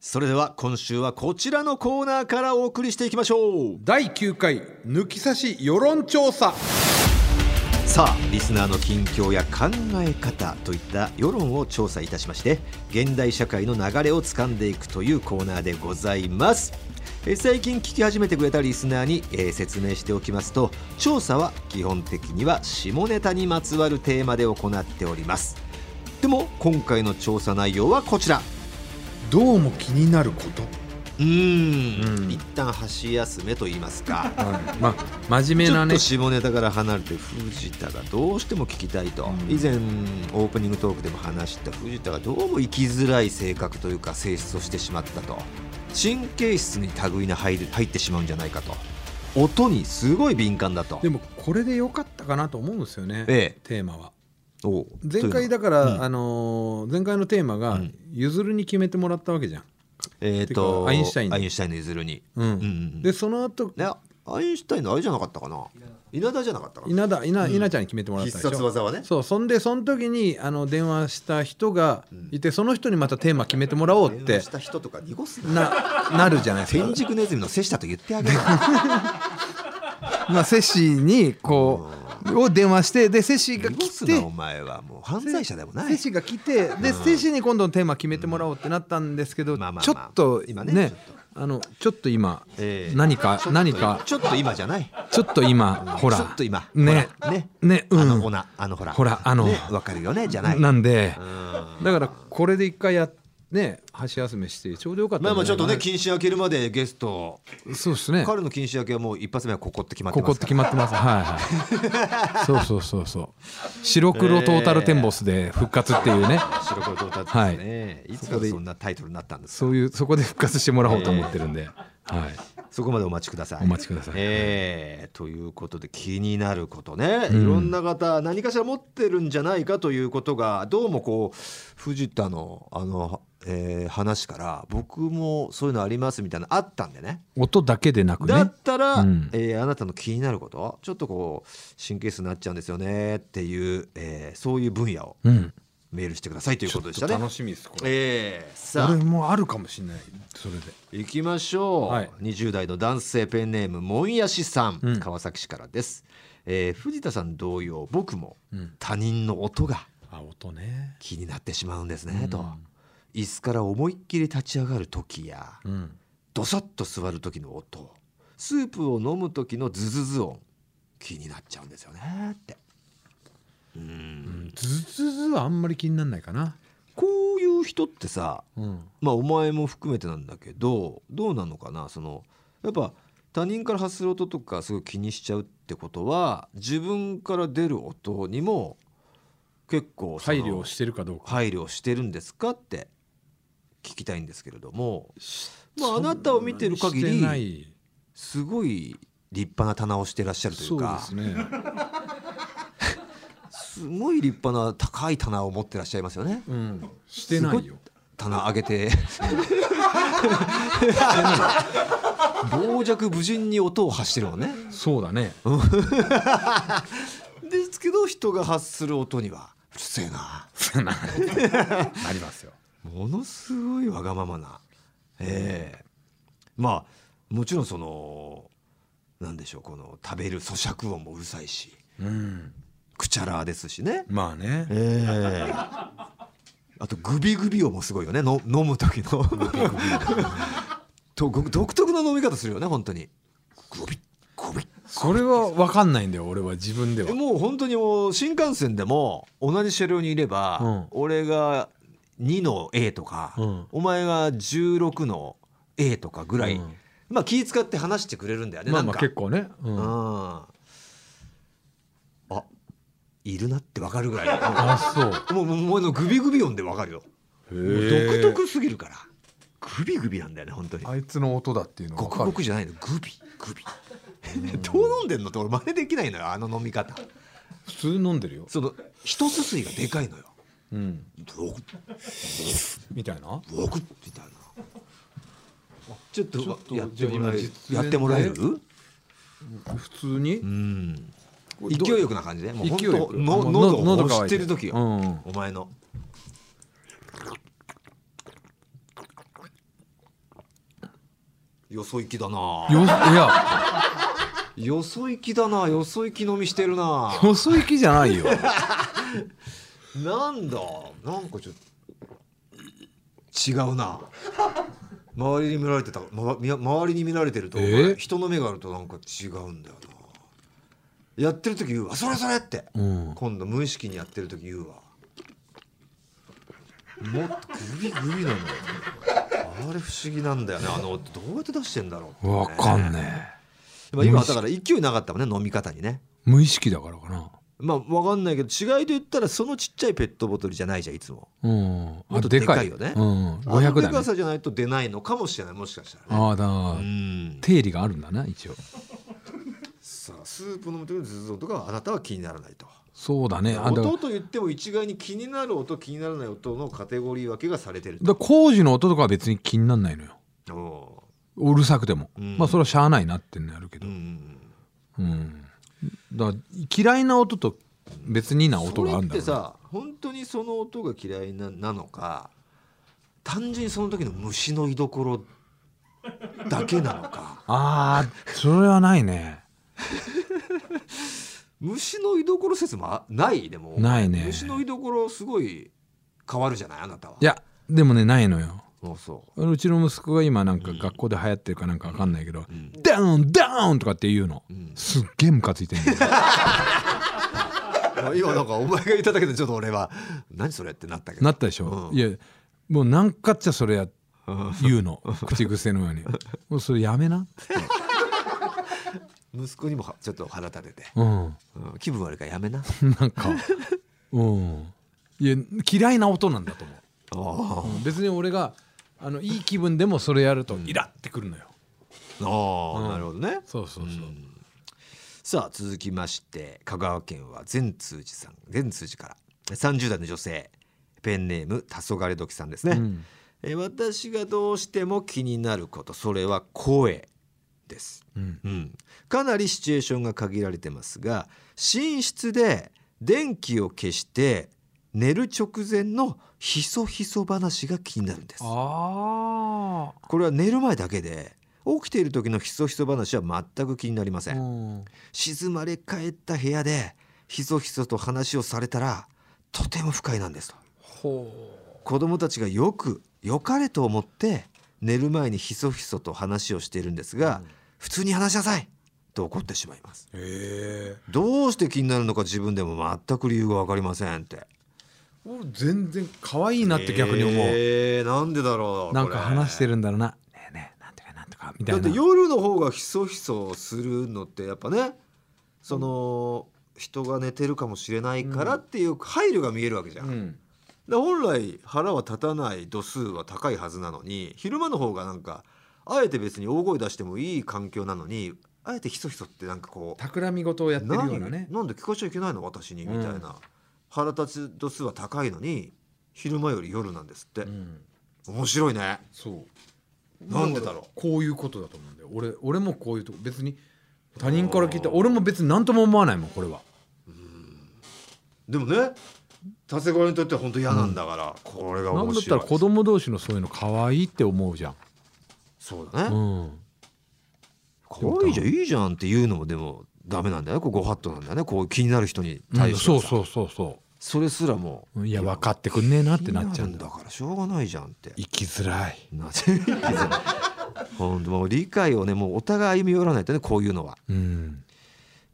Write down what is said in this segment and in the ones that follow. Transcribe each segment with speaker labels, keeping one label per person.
Speaker 1: それでは今週はこちらのコーナーからお送りしていきましょう
Speaker 2: 第9回抜き差し世論調査
Speaker 1: さあリスナーの近況や考え方といった世論を調査いたしまして現代社会の流れをつかんでいくというコーナーでございますえー最近聞き始めてくれたリスナーに、えー説明しておきますと調査は基本的には下ネタにまつわるテーマで行っておりますでも今回の調査内容はこちら
Speaker 2: どうも気になること
Speaker 1: うー
Speaker 2: うんん
Speaker 1: 一旦箸休めと言いますか
Speaker 2: はいまあ
Speaker 3: 真面
Speaker 1: ち
Speaker 3: 目
Speaker 1: ょ
Speaker 3: な
Speaker 1: っと
Speaker 3: ね
Speaker 1: 下ネタから離れて藤田がどうしても聞きたいと、
Speaker 2: うん
Speaker 1: 以前オープニングトークでも話した藤田がどうも生きづらい性格というか性質をしてしまったと神経質に類いな入る入ってしまうんじゃないかと音にすごい敏感だと
Speaker 3: でもこれで良かったかなと思うんですよね、
Speaker 1: ええ
Speaker 3: テーマは
Speaker 1: おう
Speaker 3: 前
Speaker 1: という
Speaker 3: 回
Speaker 1: の
Speaker 3: だから、
Speaker 1: うん
Speaker 3: あのー前回のテーマ
Speaker 1: う
Speaker 3: が
Speaker 1: ん
Speaker 3: 「ゆずるに決めてもらったわけじゃん、
Speaker 1: えー、と
Speaker 3: てかアインシュタインの
Speaker 1: アインシュタインの譲るに、
Speaker 3: うん
Speaker 1: うんうん
Speaker 3: でその後
Speaker 1: ね、アインシュタインのあれじゃなかったかな稲田じゃなかったかな
Speaker 3: 稲田稲稲ちゃんに決めてもらった
Speaker 1: 必
Speaker 3: でしょ、
Speaker 1: 殺技はね
Speaker 3: そうそんでその時にあの電話した人がいて、その人にまたテーマ決めてもらおうっ
Speaker 1: 電
Speaker 3: て
Speaker 1: 話した人とか濁すな
Speaker 3: ななるじゃないです
Speaker 1: 天
Speaker 3: か。
Speaker 1: 竺ネズミの瀬下と言ってあげる
Speaker 3: まあセシにこうを電話してでセシが
Speaker 1: 濁
Speaker 3: 来
Speaker 1: す
Speaker 3: て
Speaker 1: なお前はもう犯罪者でもない
Speaker 3: セシが来てでセシに今度のテーマ決めてもらおうってなったんですけ
Speaker 1: ま
Speaker 3: ど、
Speaker 1: あまあまあ
Speaker 3: ちょっと
Speaker 1: 今
Speaker 3: 今
Speaker 1: ね
Speaker 3: ね
Speaker 1: ちょっ
Speaker 3: あのちょっと今、
Speaker 1: ええ
Speaker 3: 何か何か
Speaker 1: ちょっと今じゃない
Speaker 3: ちょっと今ほら
Speaker 1: ちょっと今
Speaker 3: ね
Speaker 1: ほらね
Speaker 3: ねうん
Speaker 1: あのほなあのほら
Speaker 3: ほらあの
Speaker 1: ねわかるよねじゃない
Speaker 3: なんで
Speaker 1: うんま
Speaker 3: だからこれで一回やね箸休めしてちょうどよかったんじ
Speaker 1: あ
Speaker 3: ゃ
Speaker 1: ま
Speaker 3: な
Speaker 1: あ
Speaker 3: い
Speaker 1: ちょ
Speaker 3: か
Speaker 1: っ
Speaker 3: な
Speaker 1: とね禁止明けるまでゲスト
Speaker 3: そうですね
Speaker 1: 彼の禁止明けはもう一発目はここって決まって
Speaker 3: ここ
Speaker 1: ま
Speaker 3: っ
Speaker 1: す
Speaker 3: て
Speaker 1: か
Speaker 3: 決まってますはいはいそうそうそうそう白黒トータルテンボスで復活っていうね、
Speaker 1: ら白黒トータルですねいつからそんなタイトルになったんですか
Speaker 3: そういうそこで復活してもらおうと思ってるんで、はい
Speaker 1: そこまでお待ちください。
Speaker 3: お待ちください
Speaker 1: えーということで気になることね、いろんな方何かしら持ってるんじゃないかということがどうもこう藤田のあの、えー話から僕もそういうのありますみたいなのあったんでね。
Speaker 3: 音だけでなく
Speaker 1: だ
Speaker 3: ね
Speaker 1: ったら、
Speaker 3: うん
Speaker 1: えーあなたの気になることちょっとこう神経質になっちゃうんですよねっていう、えーそういう分野を
Speaker 3: うん
Speaker 1: メールしてくださいということでしたね。
Speaker 3: しみですこ
Speaker 1: えーさあ
Speaker 3: 俺もあるかもしれないそれで
Speaker 1: 行きましょう、
Speaker 3: はい
Speaker 1: 20代の男性ペンネームもんやしさん、
Speaker 3: うん
Speaker 1: 川崎市からです、えー藤田さん同様僕も
Speaker 3: うん
Speaker 1: 他人の音が
Speaker 3: あ音ね
Speaker 1: 気になってしまうんですね、と椅子から思いっきり立ち上がる時や、
Speaker 3: うん
Speaker 1: どさっと座る時の音スープを飲む時のズズズ音気になっちゃうんですよねって
Speaker 3: ズズズはあんまり気にならないかな
Speaker 1: こういう人ってさ
Speaker 3: うん
Speaker 1: まあお前も含めてなんだけどどうなのかなそのやっぱ他人から発する音とかすごい気にしちゃうってことは自分から出る音にも結構そ
Speaker 3: 配
Speaker 1: の
Speaker 3: 慮をしてるかどうか
Speaker 1: 配慮してるんですかって聞きたいんですけれどもまああなたを見てる限
Speaker 3: してな
Speaker 1: り
Speaker 3: い
Speaker 1: すごい立派な棚をしてらっしゃるとい
Speaker 3: そううで
Speaker 1: か
Speaker 3: すね
Speaker 1: すごい立派な高い棚を持ってらっしゃいますよね。
Speaker 3: うんしてないよ
Speaker 1: 棚上げて傍若無人に音を発してるもんね
Speaker 3: そうだね
Speaker 1: ですけど人が発する音にはうるせえな
Speaker 3: ありますよ
Speaker 1: ものすごいわがままなええまあもちろんそのなんでしょうこの食べる咀嚼音もうるさいし
Speaker 3: うん
Speaker 1: くちゃらですしね
Speaker 3: まあね
Speaker 1: ええあとグビグビ音もすごいよねの飲む時のとご独特の飲み方するよね本当にグビッグビッ
Speaker 3: それは分かんないんだよ俺は自分では
Speaker 1: もう本当にもう新幹線でも同じ車両にいれば、
Speaker 3: うん
Speaker 1: 俺が2の A とか、
Speaker 3: うん
Speaker 1: お前が16の A とかぐらい、
Speaker 3: うん
Speaker 1: まあ気使って話してくれるんだよね、
Speaker 3: まあ
Speaker 1: な
Speaker 3: ま
Speaker 1: ん
Speaker 3: あ
Speaker 1: か
Speaker 3: 結構ねう
Speaker 1: うん
Speaker 3: ん
Speaker 1: あいるなってわかるぐらい
Speaker 3: あそう
Speaker 1: もうもうもうのグビグビ音でわかるよもう独特すぎるからグビグビなんだよね本当に
Speaker 3: あいつの音だっていうの
Speaker 1: ご
Speaker 3: 分
Speaker 1: く
Speaker 3: か
Speaker 1: ご
Speaker 3: る
Speaker 1: くじゃないのグビグビ どう飲んでんのって俺真似できないのよあの飲み方
Speaker 3: 普通飲んでるよ
Speaker 1: その一すすいがでかいのよ
Speaker 3: うん
Speaker 1: ドク
Speaker 3: みたいな
Speaker 1: ドクみたいな。ちょっと
Speaker 3: ちょっと
Speaker 1: やって
Speaker 3: 自分
Speaker 1: もら
Speaker 3: の
Speaker 1: える
Speaker 3: 実演で
Speaker 1: やってもらえる？
Speaker 3: 普通に
Speaker 1: うん。
Speaker 3: これど
Speaker 1: 勢いよくな感じで、もう本
Speaker 3: 勢いよ
Speaker 1: 当
Speaker 3: く
Speaker 1: の
Speaker 3: あ
Speaker 1: 喉を
Speaker 3: 喉
Speaker 1: 押
Speaker 3: 乾
Speaker 1: し
Speaker 3: い
Speaker 1: て
Speaker 3: て
Speaker 1: る時よ。
Speaker 3: うん
Speaker 1: お前の。よそ行きだな
Speaker 3: よいや
Speaker 1: よそ行きだなよそ行き飲みしてるな
Speaker 3: よそ行きじゃないよ
Speaker 1: なんだなんかちょっと違うな周りに見られてた、ま、み周りに見られてると、
Speaker 3: えー
Speaker 1: 人の目があるとなんか違うんだよなやってる時言うわそれそれって、
Speaker 3: うん
Speaker 1: 今度無意識にやってる時言うわもっとグビグビなのよあれ不思議なんだよねあの音どうやって出してんだろうってね、
Speaker 3: わかんね
Speaker 1: まあ今はだから勢いなかったもんね飲み方にね
Speaker 3: え無意識だからかな
Speaker 1: まあわかんないけど違いで言ったらそのちっちゃいペットボトルじゃないじゃんいつも
Speaker 3: うん
Speaker 1: もっ
Speaker 3: あ
Speaker 1: と
Speaker 3: と
Speaker 1: で
Speaker 3: で
Speaker 1: か
Speaker 3: か
Speaker 1: い
Speaker 3: い
Speaker 1: よね
Speaker 3: う
Speaker 1: あ
Speaker 3: ん
Speaker 1: の
Speaker 3: 500
Speaker 1: で
Speaker 3: だ
Speaker 1: か
Speaker 3: ね
Speaker 1: さじゃないと出ないのかもしれないもしかしたらね
Speaker 3: ああだから
Speaker 1: うん
Speaker 3: 定理があるんだな一応
Speaker 1: さあスープ飲む時の頭痛とかはあなたは気にならないと
Speaker 3: そうだねあだから
Speaker 1: 音と言っても一概に気になる音気にならない音のカテゴリー分けがされてる
Speaker 3: だから工事の音とかは別に気になんないのよ
Speaker 1: お
Speaker 3: うるさくても、
Speaker 1: うん
Speaker 3: まあそれはしゃあないなってなるけ
Speaker 1: ーう
Speaker 3: ど、
Speaker 1: ん
Speaker 3: うんだから嫌いな音と別にな音
Speaker 1: そ
Speaker 3: が
Speaker 1: れ
Speaker 3: ある
Speaker 1: っ
Speaker 3: んだ
Speaker 1: て
Speaker 3: ろうな
Speaker 1: さ本当にその音が嫌いななのか単純にその時の虫の居所だけなのか
Speaker 3: あーそれはないね
Speaker 1: 虫の居所説もあないでも
Speaker 3: ないね
Speaker 1: 虫の居所すごい変わるじゃないあなたはい
Speaker 3: やでもねないのよ
Speaker 1: そうそう
Speaker 3: うちの息子が今なんか学校で流行ってるかなんかわかんないけど「
Speaker 1: ん
Speaker 3: ダウンダウン!」とかって言うの、
Speaker 1: ん
Speaker 3: すっげえムカついてる
Speaker 1: あ今なんかお前が言っただけでちょっと俺は 何それってなったけど
Speaker 3: なったでしょ、
Speaker 1: うん
Speaker 3: いやもう何かっちゃそれや
Speaker 1: うん
Speaker 3: 言うの口癖のよ うに「もうそれやめな」
Speaker 1: 息子にもはちょっと腹立てて、
Speaker 3: うん
Speaker 1: うん気分悪いからやめ な
Speaker 3: なんかうんいや嫌いな音なんだと思
Speaker 1: あ
Speaker 3: う、うん別に俺があのいい気分でもそれやるとイラってくるのよ、
Speaker 1: あああなるほどね
Speaker 3: そうそうそう、
Speaker 1: さあ続きまして香川県は善通寺さん善通寺から30代の女性ペンネーム黄昏時さんですね、
Speaker 3: うん
Speaker 1: え私がどうしても気になることそれは声です、
Speaker 3: うん
Speaker 1: うん、かなりシチュエーションが限られてますが寝室で電気を消して寝る直前のひそひそ話が気になるんです
Speaker 3: あ
Speaker 1: これは寝る前だけで起きている時のひそひそ話は全く気になりませ
Speaker 3: あ、
Speaker 1: ん、
Speaker 3: うん、
Speaker 1: 静まれ返った部屋でひそひそと話をされたらとても不快なんですと
Speaker 3: ほ
Speaker 1: 子供たちがよく良かれと思って寝る前にひそひそと話をしているんですが、普通に話しなさいと怒ってしまいます
Speaker 3: うへえ
Speaker 1: どうして気になるのか自分でも全く理由が分かりませんって
Speaker 2: 俺全然
Speaker 3: 可愛いなって逆に思う、
Speaker 1: えーなんでだろう
Speaker 3: なんか話して
Speaker 1: る
Speaker 3: るんだろうな「ねえねえなんとかなんとか」みた
Speaker 1: だっ
Speaker 3: い
Speaker 1: て
Speaker 3: な
Speaker 1: 夜の方がひそひそするのってやっぱねその人が寝てるかもしれないからっていう配慮が見えるわけじゃん、
Speaker 3: うん、
Speaker 1: で本来腹は立たない度数は高いはずなのに昼間の方がなんかあえて別に大声出してもいい環境なのにあえてひそひそってなんかこう
Speaker 3: 企み事をやってるような
Speaker 1: 何
Speaker 3: ね
Speaker 1: なんで聞かしちゃいけないの私にみたいな、
Speaker 3: うん
Speaker 1: 腹立つ度数は高いのに昼間より夜なんですって、
Speaker 3: うん
Speaker 1: 面白いね
Speaker 3: そう
Speaker 1: なんでだろう
Speaker 3: こういうことだと思うんだよ俺俺もこういうとこ別に他人から聞いた俺も別に何とも思わないもんこれは
Speaker 1: でもね達成にとっては本当嫌なんだから、これが
Speaker 3: なん
Speaker 1: 面
Speaker 3: だった
Speaker 1: 白い
Speaker 3: ら子供同士のそういうの可愛いって思うじゃん
Speaker 1: そうだね、
Speaker 3: うん
Speaker 1: 可愛いじゃんいいじゃんっていうのもでもダメなんだよねこうご法度なんだよねこう気になる人に対して
Speaker 3: そ
Speaker 1: は
Speaker 3: う
Speaker 1: さ
Speaker 3: そうそうそ
Speaker 1: それすらも
Speaker 3: ういや分かってくんねえなってなっちゃうん
Speaker 1: 気に
Speaker 3: だ
Speaker 1: るんだからしょうがないじゃんって
Speaker 3: 生きづらい
Speaker 1: なぜ 本当もう理解をねもうお互い歩み寄らないとねこういうのは、
Speaker 3: うん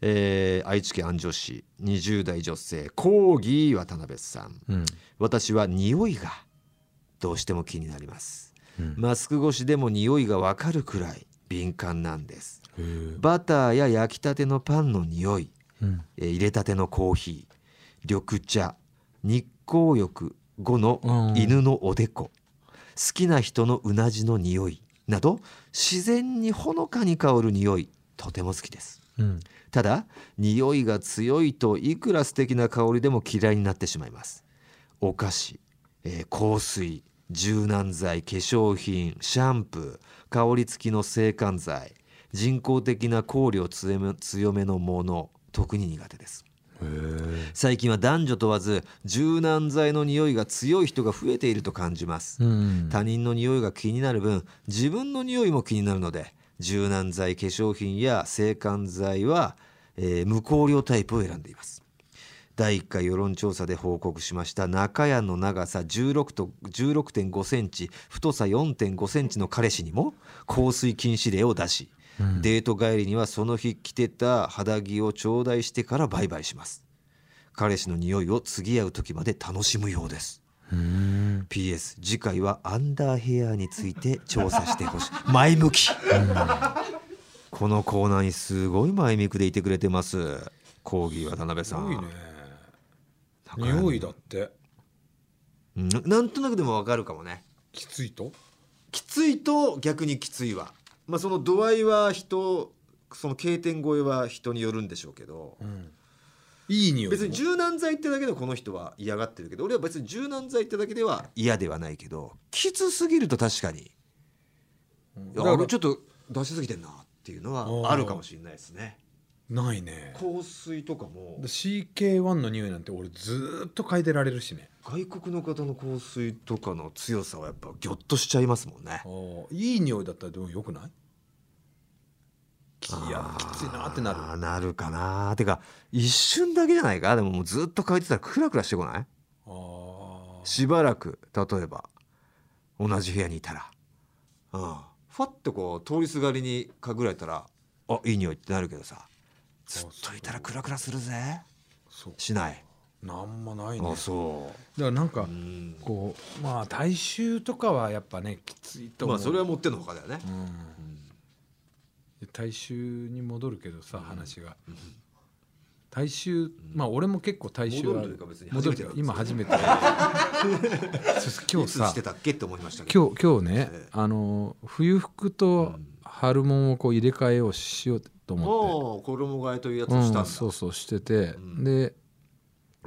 Speaker 1: えー愛知県安城市20代女性コーギー渡辺さん
Speaker 3: うん
Speaker 1: 私は匂いがどうしても気になります、
Speaker 3: うん
Speaker 1: マスク越しでも匂いがわかるくらい敏感なんです
Speaker 3: へえ
Speaker 1: バターや焼きたてのパンの匂い
Speaker 3: うん
Speaker 1: えー入れたてのコーヒー緑茶日光浴後の
Speaker 3: うん
Speaker 1: 犬のおでこ、好きな人のうなじの匂いなど自然にほのかに香る匂いとても好きです
Speaker 3: うん
Speaker 1: ただ匂いが強いといくら素敵な香りでも嫌いになってしまいますお菓子、えー香水柔軟剤化粧品シャンプー香り付きの制汗剤人工的な香料強め強めのもの特に苦手です
Speaker 3: へ
Speaker 1: 最近は男女問わず柔軟剤の匂いが強い人が増えていると感じます、
Speaker 4: うん
Speaker 1: 他人の匂いが気になる分自分の匂いも気になるので柔軟剤化粧品や制汗剤は、えー無香料タイプを選んでいます第1回世論調査で報告しました中屋の長さ16と16.5センチ太さ4.5センチの彼氏にも香水禁止令を出し、デート帰りにはその日着てた肌着を頂戴してから売買します彼氏の匂いを次会う時まで楽しむようです PS 次回はアンダーヘアについて調査してほしい 前向き、このコーナーにすごい前向きでいてくれてます講義渡辺さ
Speaker 3: す
Speaker 1: ん
Speaker 3: ごいね匂いだって
Speaker 1: うんなんとなくでもわかるかもね
Speaker 3: きついと
Speaker 1: きついと逆にきついはまあその度合いは人その経点越えは人によるんでしょうけど
Speaker 3: いい匂い
Speaker 1: 別に柔軟剤ってだけでこの人は嫌がってるけど俺は別に柔軟剤ってだけでは嫌ではないけどきつすぎると確かに
Speaker 3: うん
Speaker 1: いや
Speaker 3: だから
Speaker 1: 俺ちょっと出しすぎてんなっていうのはあるかもしれないですね
Speaker 3: ないね
Speaker 1: 香水とかも
Speaker 3: CK1 の匂いなんて俺ずーっと嗅いでられるしね
Speaker 1: 外国の方の香水とかの強さはやっぱギョッとしちゃいますもんね
Speaker 3: いい匂いだったらでもよくないいやきついなってなる
Speaker 1: あーなるかなてか一瞬だけじゃないかでももうずっと書いてたらクラクラしてこない
Speaker 3: あー
Speaker 1: しばらく例えば同じ部屋にいたら、うん、ファッとこう通りすがりに嗅ぐられたらあいい匂いってなるけどさずっといたらクラクラするぜ
Speaker 3: そう
Speaker 1: しない
Speaker 3: なんもないね
Speaker 1: あ
Speaker 3: だ
Speaker 1: そ
Speaker 3: からなんか
Speaker 1: ううん
Speaker 3: こうまあ大衆とかはやっぱねきついと思
Speaker 1: ま
Speaker 3: う、
Speaker 1: あそれは持ってのほかだよね
Speaker 3: うん大衆に戻るけどさ話が、大衆まあ俺も結構大衆は
Speaker 1: 戻るというか別に
Speaker 3: 戻る
Speaker 1: 初めてなんですよ
Speaker 3: 今初めて そうそう今
Speaker 1: 今
Speaker 3: 日
Speaker 1: 日
Speaker 3: さ
Speaker 1: してたっけって思いましたけど
Speaker 3: 今日今日ね
Speaker 1: ええ
Speaker 3: あの冬服と春物をこう入れ替えをしようと思
Speaker 1: もう衣替えというや
Speaker 3: っ
Speaker 1: つ
Speaker 3: て、
Speaker 1: をしたんだ、
Speaker 3: うん、そうそうしてて、
Speaker 1: うん
Speaker 3: で、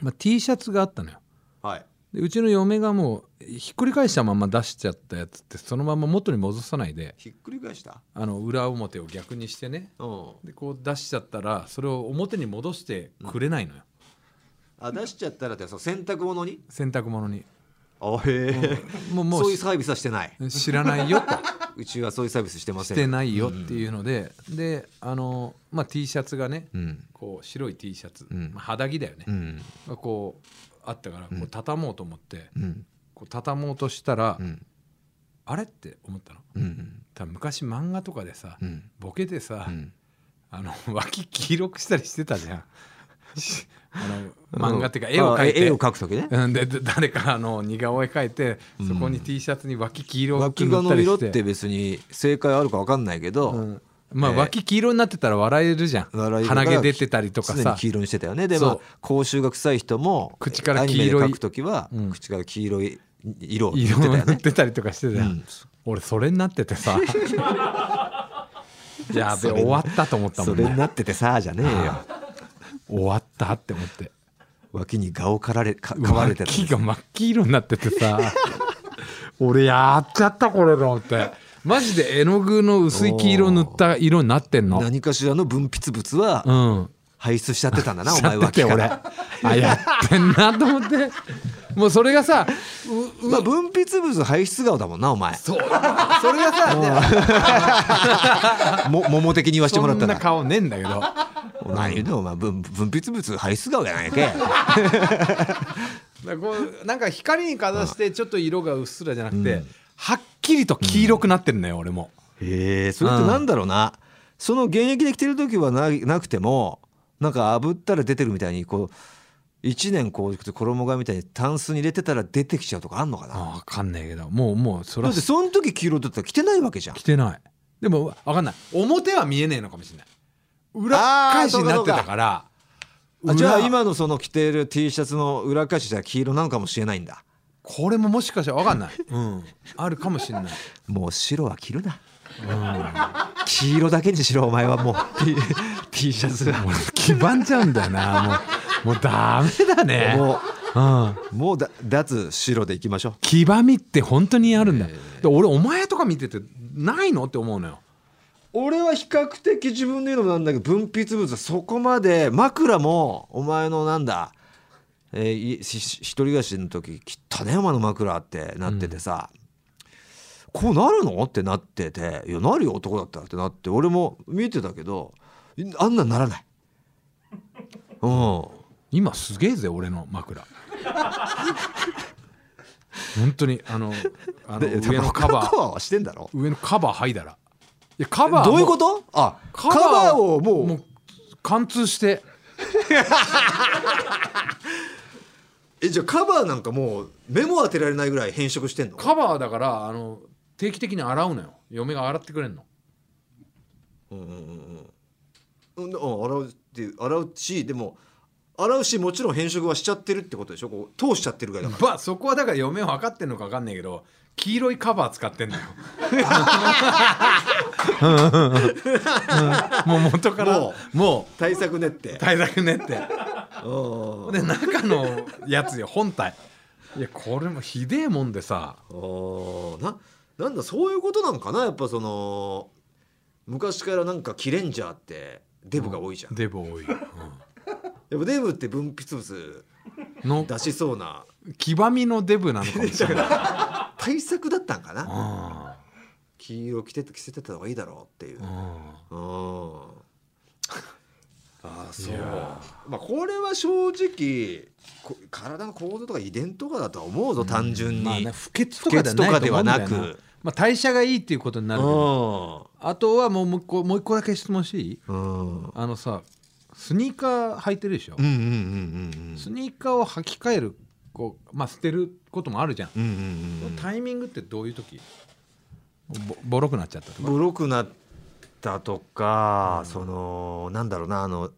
Speaker 3: まあ、T シャツがあったのよ
Speaker 1: はい
Speaker 3: でうちの嫁がもうひっくり返したまま出しちゃったやつってそのまま元に戻さないで
Speaker 1: ひっくり返した
Speaker 3: あの裏表を逆にしてね
Speaker 1: うん
Speaker 3: でこう出しちゃったらそれを表に戻してくれないのよ、
Speaker 1: あ出しちゃったらってその洗濯物に
Speaker 3: 洗濯物に
Speaker 1: あへえ、
Speaker 3: もうも
Speaker 1: そう
Speaker 3: う
Speaker 1: いうサービスはしてない
Speaker 3: し知らない よと
Speaker 1: うちはそういうサービスしてませ
Speaker 3: し
Speaker 1: ん
Speaker 3: てないよっていうので、であの、まあ、T シャツがね、
Speaker 1: うん
Speaker 3: こう白い T シャツ、
Speaker 1: うん
Speaker 3: まあ、肌着だよね
Speaker 1: う、ん
Speaker 3: がこうあったから
Speaker 1: う
Speaker 3: こうん畳もうと思って、
Speaker 1: うん
Speaker 3: こう畳もうとしたら、
Speaker 1: うん
Speaker 3: あれって思ったの
Speaker 1: うん
Speaker 3: 多分昔漫画とかでさ、
Speaker 1: うん
Speaker 3: ボケてさ、
Speaker 1: うん
Speaker 3: あの 脇黄色くしたりしてたじゃんしあの漫画っていうか
Speaker 1: あ
Speaker 3: 絵を描いて
Speaker 1: 絵を描くときね
Speaker 3: うんでで誰かあの似顔絵描いてそこに T シャツに脇黄色く
Speaker 1: 脇
Speaker 3: 塗
Speaker 1: が
Speaker 3: った
Speaker 1: の
Speaker 3: り
Speaker 1: 色
Speaker 3: し、
Speaker 1: ってて別に正解あるか分かんないけど、
Speaker 3: うんまあ
Speaker 1: えー
Speaker 3: 脇黄色になってたら笑えるじゃん、
Speaker 1: 笑いが
Speaker 3: 鼻毛出てたりとか
Speaker 1: 常に
Speaker 3: さ
Speaker 1: 黄色にしてたよねで
Speaker 3: そう
Speaker 1: まあ口臭が臭い人も
Speaker 3: 口から黄色い
Speaker 1: アニメで描くときは、
Speaker 3: うん
Speaker 1: 口から黄色い色を塗って
Speaker 3: 色
Speaker 1: たよ
Speaker 3: 塗っ
Speaker 1: ね
Speaker 3: てたりとかしてたじゃん、
Speaker 1: うん
Speaker 3: 俺それになって てさやべ
Speaker 1: そ
Speaker 3: え
Speaker 1: れ
Speaker 3: 終わったと思ったも
Speaker 1: そ
Speaker 3: ん
Speaker 1: れに
Speaker 3: ね
Speaker 1: なっててさあじゃねえ よ
Speaker 3: 終わったって思って
Speaker 1: 脇に顔をかられかかわれてた
Speaker 3: 脇が真っ黄色になっててさ 俺やっちゃったこれと思ってマジで絵の具の薄い黄色塗った色になってんの
Speaker 1: 何かしらの分泌物は
Speaker 3: うん
Speaker 1: 排出しちゃってたん だな、お前
Speaker 3: しち
Speaker 1: 脇
Speaker 3: ゃって
Speaker 1: か
Speaker 3: て俺
Speaker 1: ら。
Speaker 3: あやってんなと思ってもうそれがさうう
Speaker 1: まあ、分泌物排出顔だもんな、お前。
Speaker 3: そうそれがさ
Speaker 1: も、桃的に言わしても
Speaker 3: そ
Speaker 1: らっ
Speaker 3: ん
Speaker 1: た
Speaker 3: な
Speaker 1: ら。
Speaker 3: 顔ねえんだけど
Speaker 1: 何言うの、お前、分、分泌物排出顔じゃないけ。
Speaker 3: だからこうなんか光にかざしてちょっと色がうっすらじゃなくて、はっきりと黄色くなってんのよ、俺も
Speaker 1: ええ、それってなんだろうな。その現役で着てる時はな、なくても。なんか炙ったら出てるみたいに、こう。一年こう、衣替えみたいに、タンスに入れてたら、出てきちゃうとかあんのかな。
Speaker 3: あ分かんないけどもうもうそ
Speaker 1: だ
Speaker 3: れは
Speaker 1: って、その時黄色だったら、着てないわけじゃん
Speaker 3: 着。てないでも分かんない表は見えねえのかもしれない裏
Speaker 1: あー
Speaker 3: 返しにな
Speaker 1: そ
Speaker 3: っ
Speaker 1: う
Speaker 3: て
Speaker 1: か
Speaker 3: たから
Speaker 1: あじゃあ
Speaker 3: 裏
Speaker 1: 今のその着てる T シャツの裏返しじゃ黄色なのかもしれないんだ
Speaker 3: これももしかしたら分かんない、うん、あるかもしれない
Speaker 1: もう白は着るな、黄色だけにしろお前は もう T, T シャツは
Speaker 3: 俺黄ばんじゃうんだよなもうもうダメだね
Speaker 1: も
Speaker 3: うん
Speaker 1: うもうだ脱白でいきましょう
Speaker 3: 黄ばみって本当にあるんだよ、で俺お前とか見ててないのって思うのよ
Speaker 1: 俺は比較的自分で言うのもなんだけど分泌物はそこまで枕もお前のなんだ、えーいしし一人暮らしの時「汚ねお前の枕」ってなっててさ、こうなるのってなってて「いやなるよ男だったら」ってなって俺も見てたけどあんなんなら ない。うん
Speaker 3: 今すげえぜ俺の枕本当にあのあの
Speaker 1: で
Speaker 3: 上のカバ
Speaker 1: カ
Speaker 3: ー
Speaker 1: バーはしてんだろ
Speaker 3: 上のカバー剥いだらいやカバー
Speaker 1: どういう
Speaker 3: と
Speaker 1: ことあカ
Speaker 3: カバー
Speaker 1: バーをもう
Speaker 3: もう貫通して
Speaker 1: えじゃあカバーなんかもう目も当てられないぐらい変色してんの
Speaker 3: カバーだからあの定期的に洗うのよ嫁が洗ってくれんの
Speaker 1: うん、うん洗うって洗うしでも洗うしもちろん変色はしちゃってるってことでしょこう通しちゃってるぐらいだか
Speaker 3: まあそこはだから嫁分かってんのか分かんないけど黄色いカバー使ってんのよもう元から
Speaker 1: も
Speaker 3: もう
Speaker 1: ら対策ねって
Speaker 3: 対策ねって
Speaker 1: うん
Speaker 3: で中のやつよ本体いやこれもひでえもんでさ
Speaker 1: あーななんだそういうことなんかなやっぱその昔からなんかキレンジャーってデブが多いじゃん、
Speaker 3: デブ多い、
Speaker 1: でもデブって分泌物
Speaker 3: うんの
Speaker 1: 出しそうな
Speaker 3: 黄ばみのデブなのかもしれない
Speaker 1: 対策だったんかな
Speaker 3: あ
Speaker 1: 黄色着てて着せてた方がいいだろうっていう、うんああそうまあこれは正直こ体の構造とか遺伝とかだとは思うぞ単純に、
Speaker 3: まあね不潔と
Speaker 1: 不
Speaker 3: か
Speaker 1: 潔とかで
Speaker 3: で
Speaker 1: は
Speaker 3: は
Speaker 1: な
Speaker 3: な
Speaker 1: く
Speaker 3: くまあ、代謝がいいっていうことになるけどあとはもうもう一個もう一個だけ質問していい
Speaker 1: うんうん
Speaker 3: あのさスニーカー履いてるでしょ、
Speaker 1: うんうんうんうん
Speaker 3: スニーカーを履き替えるこう、まあ、捨てることもあるじゃん、
Speaker 1: うんうんうん
Speaker 3: タイミングってどういう時ぼボロくなっちゃったとか
Speaker 1: ボロくなったとか、そのなんだろうなあの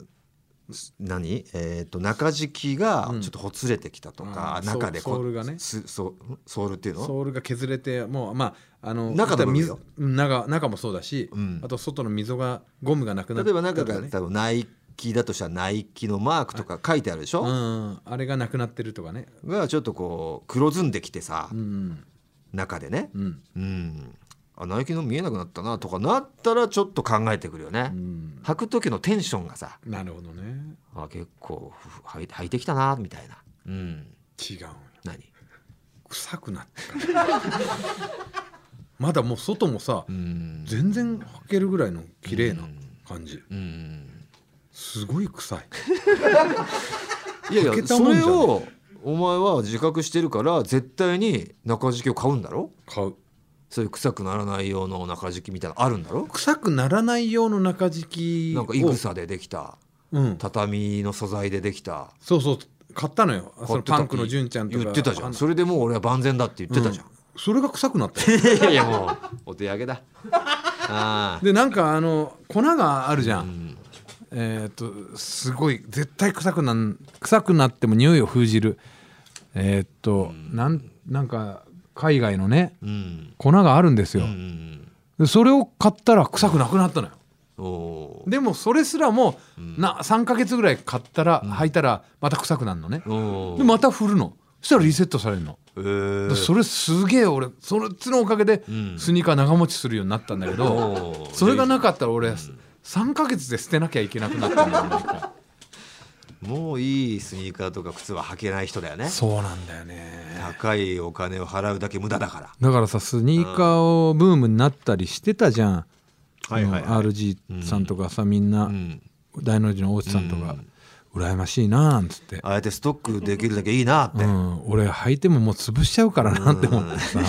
Speaker 1: す何えっ、と中敷きが
Speaker 3: うん
Speaker 1: ちょっとほつれてきたとか、
Speaker 3: うん
Speaker 1: 中でこ
Speaker 3: ソールがね
Speaker 1: すそうソールっていうの
Speaker 3: ソールが削れてもうまああの
Speaker 1: 中の部分よ
Speaker 3: 水中中もそうだし、
Speaker 1: うん
Speaker 3: あと外の溝がゴムがなくなっ
Speaker 1: 例えば中
Speaker 3: と
Speaker 1: が
Speaker 3: かね
Speaker 1: 多分ナイキだとしたらナイキのマークとか書いてあるでし
Speaker 3: う
Speaker 1: ょ、
Speaker 3: んあれがなくなってるとかね
Speaker 1: がちょっとこう黒ずんできてさ、
Speaker 3: うん
Speaker 1: 中でね、
Speaker 3: うん
Speaker 1: うん、あナイキの見えなくなったなとかなったらちょっと考えてくるよね、
Speaker 3: うん
Speaker 1: 履く時のテンションがさ
Speaker 3: なるほどね
Speaker 1: あ結構ふふ履い履いてきたなみたいな、うん、
Speaker 3: 違うんよ
Speaker 1: 何、
Speaker 3: 臭くなってからまだもう外もさ
Speaker 1: うん
Speaker 3: 全然履けるぐらいの綺麗な感じ
Speaker 1: うん、
Speaker 3: すごい臭い
Speaker 1: いやい
Speaker 3: 履け
Speaker 1: や
Speaker 3: た
Speaker 1: そ
Speaker 3: もんじゃね
Speaker 1: れをお前は自覚してるから絶対に中敷きを買うんだろ
Speaker 3: 買う
Speaker 1: そういう臭くならない用の中敷きみたいなのあるんだろ
Speaker 3: 臭くならない用の中敷きを
Speaker 1: なんかイグサでできた
Speaker 3: うん、
Speaker 1: 畳の素材でできた
Speaker 3: そうそう買ったのよそ
Speaker 1: 買っ
Speaker 3: の
Speaker 1: てた
Speaker 3: パンクの純ちゃんとか
Speaker 1: 言ってたじゃ
Speaker 3: あ
Speaker 1: ん
Speaker 3: の
Speaker 1: それでもう俺は万全だって言ってたじゃん、
Speaker 3: うそれが臭くなったよ
Speaker 1: いやいやもうお手上げだ ああ
Speaker 3: でなんかあの粉があるじゃん、
Speaker 1: ん
Speaker 3: えーっとすごい絶対臭くなん臭くなっても匂いを封じるえーっと、なんなんか海外のね
Speaker 1: うん
Speaker 3: 粉があるんですよ、
Speaker 1: うん
Speaker 3: でそれを買ったら臭くなくなったのよ
Speaker 1: おお
Speaker 3: でもそれすらも、な3ヶ月ぐらい買ったら履いたらまた臭くなるのね、
Speaker 1: お
Speaker 3: でまた振るのそしたらリセットされるの、
Speaker 1: え
Speaker 3: だからそれすげえ俺それつのおかげで
Speaker 1: ん
Speaker 3: スニーカー長持ちするようになったんだけど、
Speaker 1: おー
Speaker 3: それがなかったら俺3ヶ月で捨てなきゃいけなくなったんだよな んか
Speaker 1: もういいスニーカーとか靴は履けない人だよね
Speaker 3: そうなんだよね
Speaker 1: 高いお金を払うだけ無駄だから
Speaker 3: だからさスニーカーをブームになったりしてたじゃん、
Speaker 1: はいはいはい
Speaker 3: あの RG さんとかさ、みんな、
Speaker 1: うん
Speaker 3: 大の字の大内さんとか、羨ましいななんつって
Speaker 1: あえてストックできるだけいいなって、
Speaker 3: うん、俺履いてももう潰しちゃうからなって思ってさ、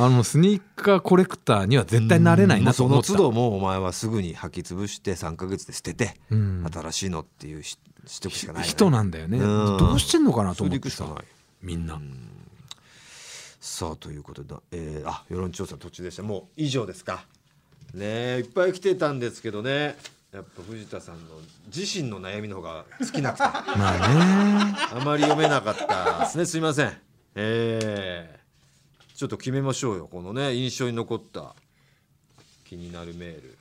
Speaker 3: あのスニーカーコレクターには絶対なれない
Speaker 1: もう
Speaker 3: なと
Speaker 1: そ
Speaker 3: 思
Speaker 1: の
Speaker 3: った、
Speaker 1: 都度もうお前はすぐに履き潰して3か月で捨てて、
Speaker 3: うん
Speaker 1: 新しいのっていうししとくしかない、ね、
Speaker 3: 人なんだよね、
Speaker 1: うん
Speaker 3: どうしてんのかなと
Speaker 1: それ
Speaker 3: 思
Speaker 1: で
Speaker 3: っ
Speaker 1: いく
Speaker 3: て
Speaker 1: しか
Speaker 3: さ
Speaker 1: ない
Speaker 3: みんな、
Speaker 1: さあということで、えー、あ世論調査途中でしたもう以上ですかねえいっぱい来てたんですけどねやっぱ藤田さんの自身の悩みの方が尽きな くてあ
Speaker 3: まあね
Speaker 1: まり読めなかったですねすいませんえー、ちょっと決めましょうよこのね印象に残った気になるメール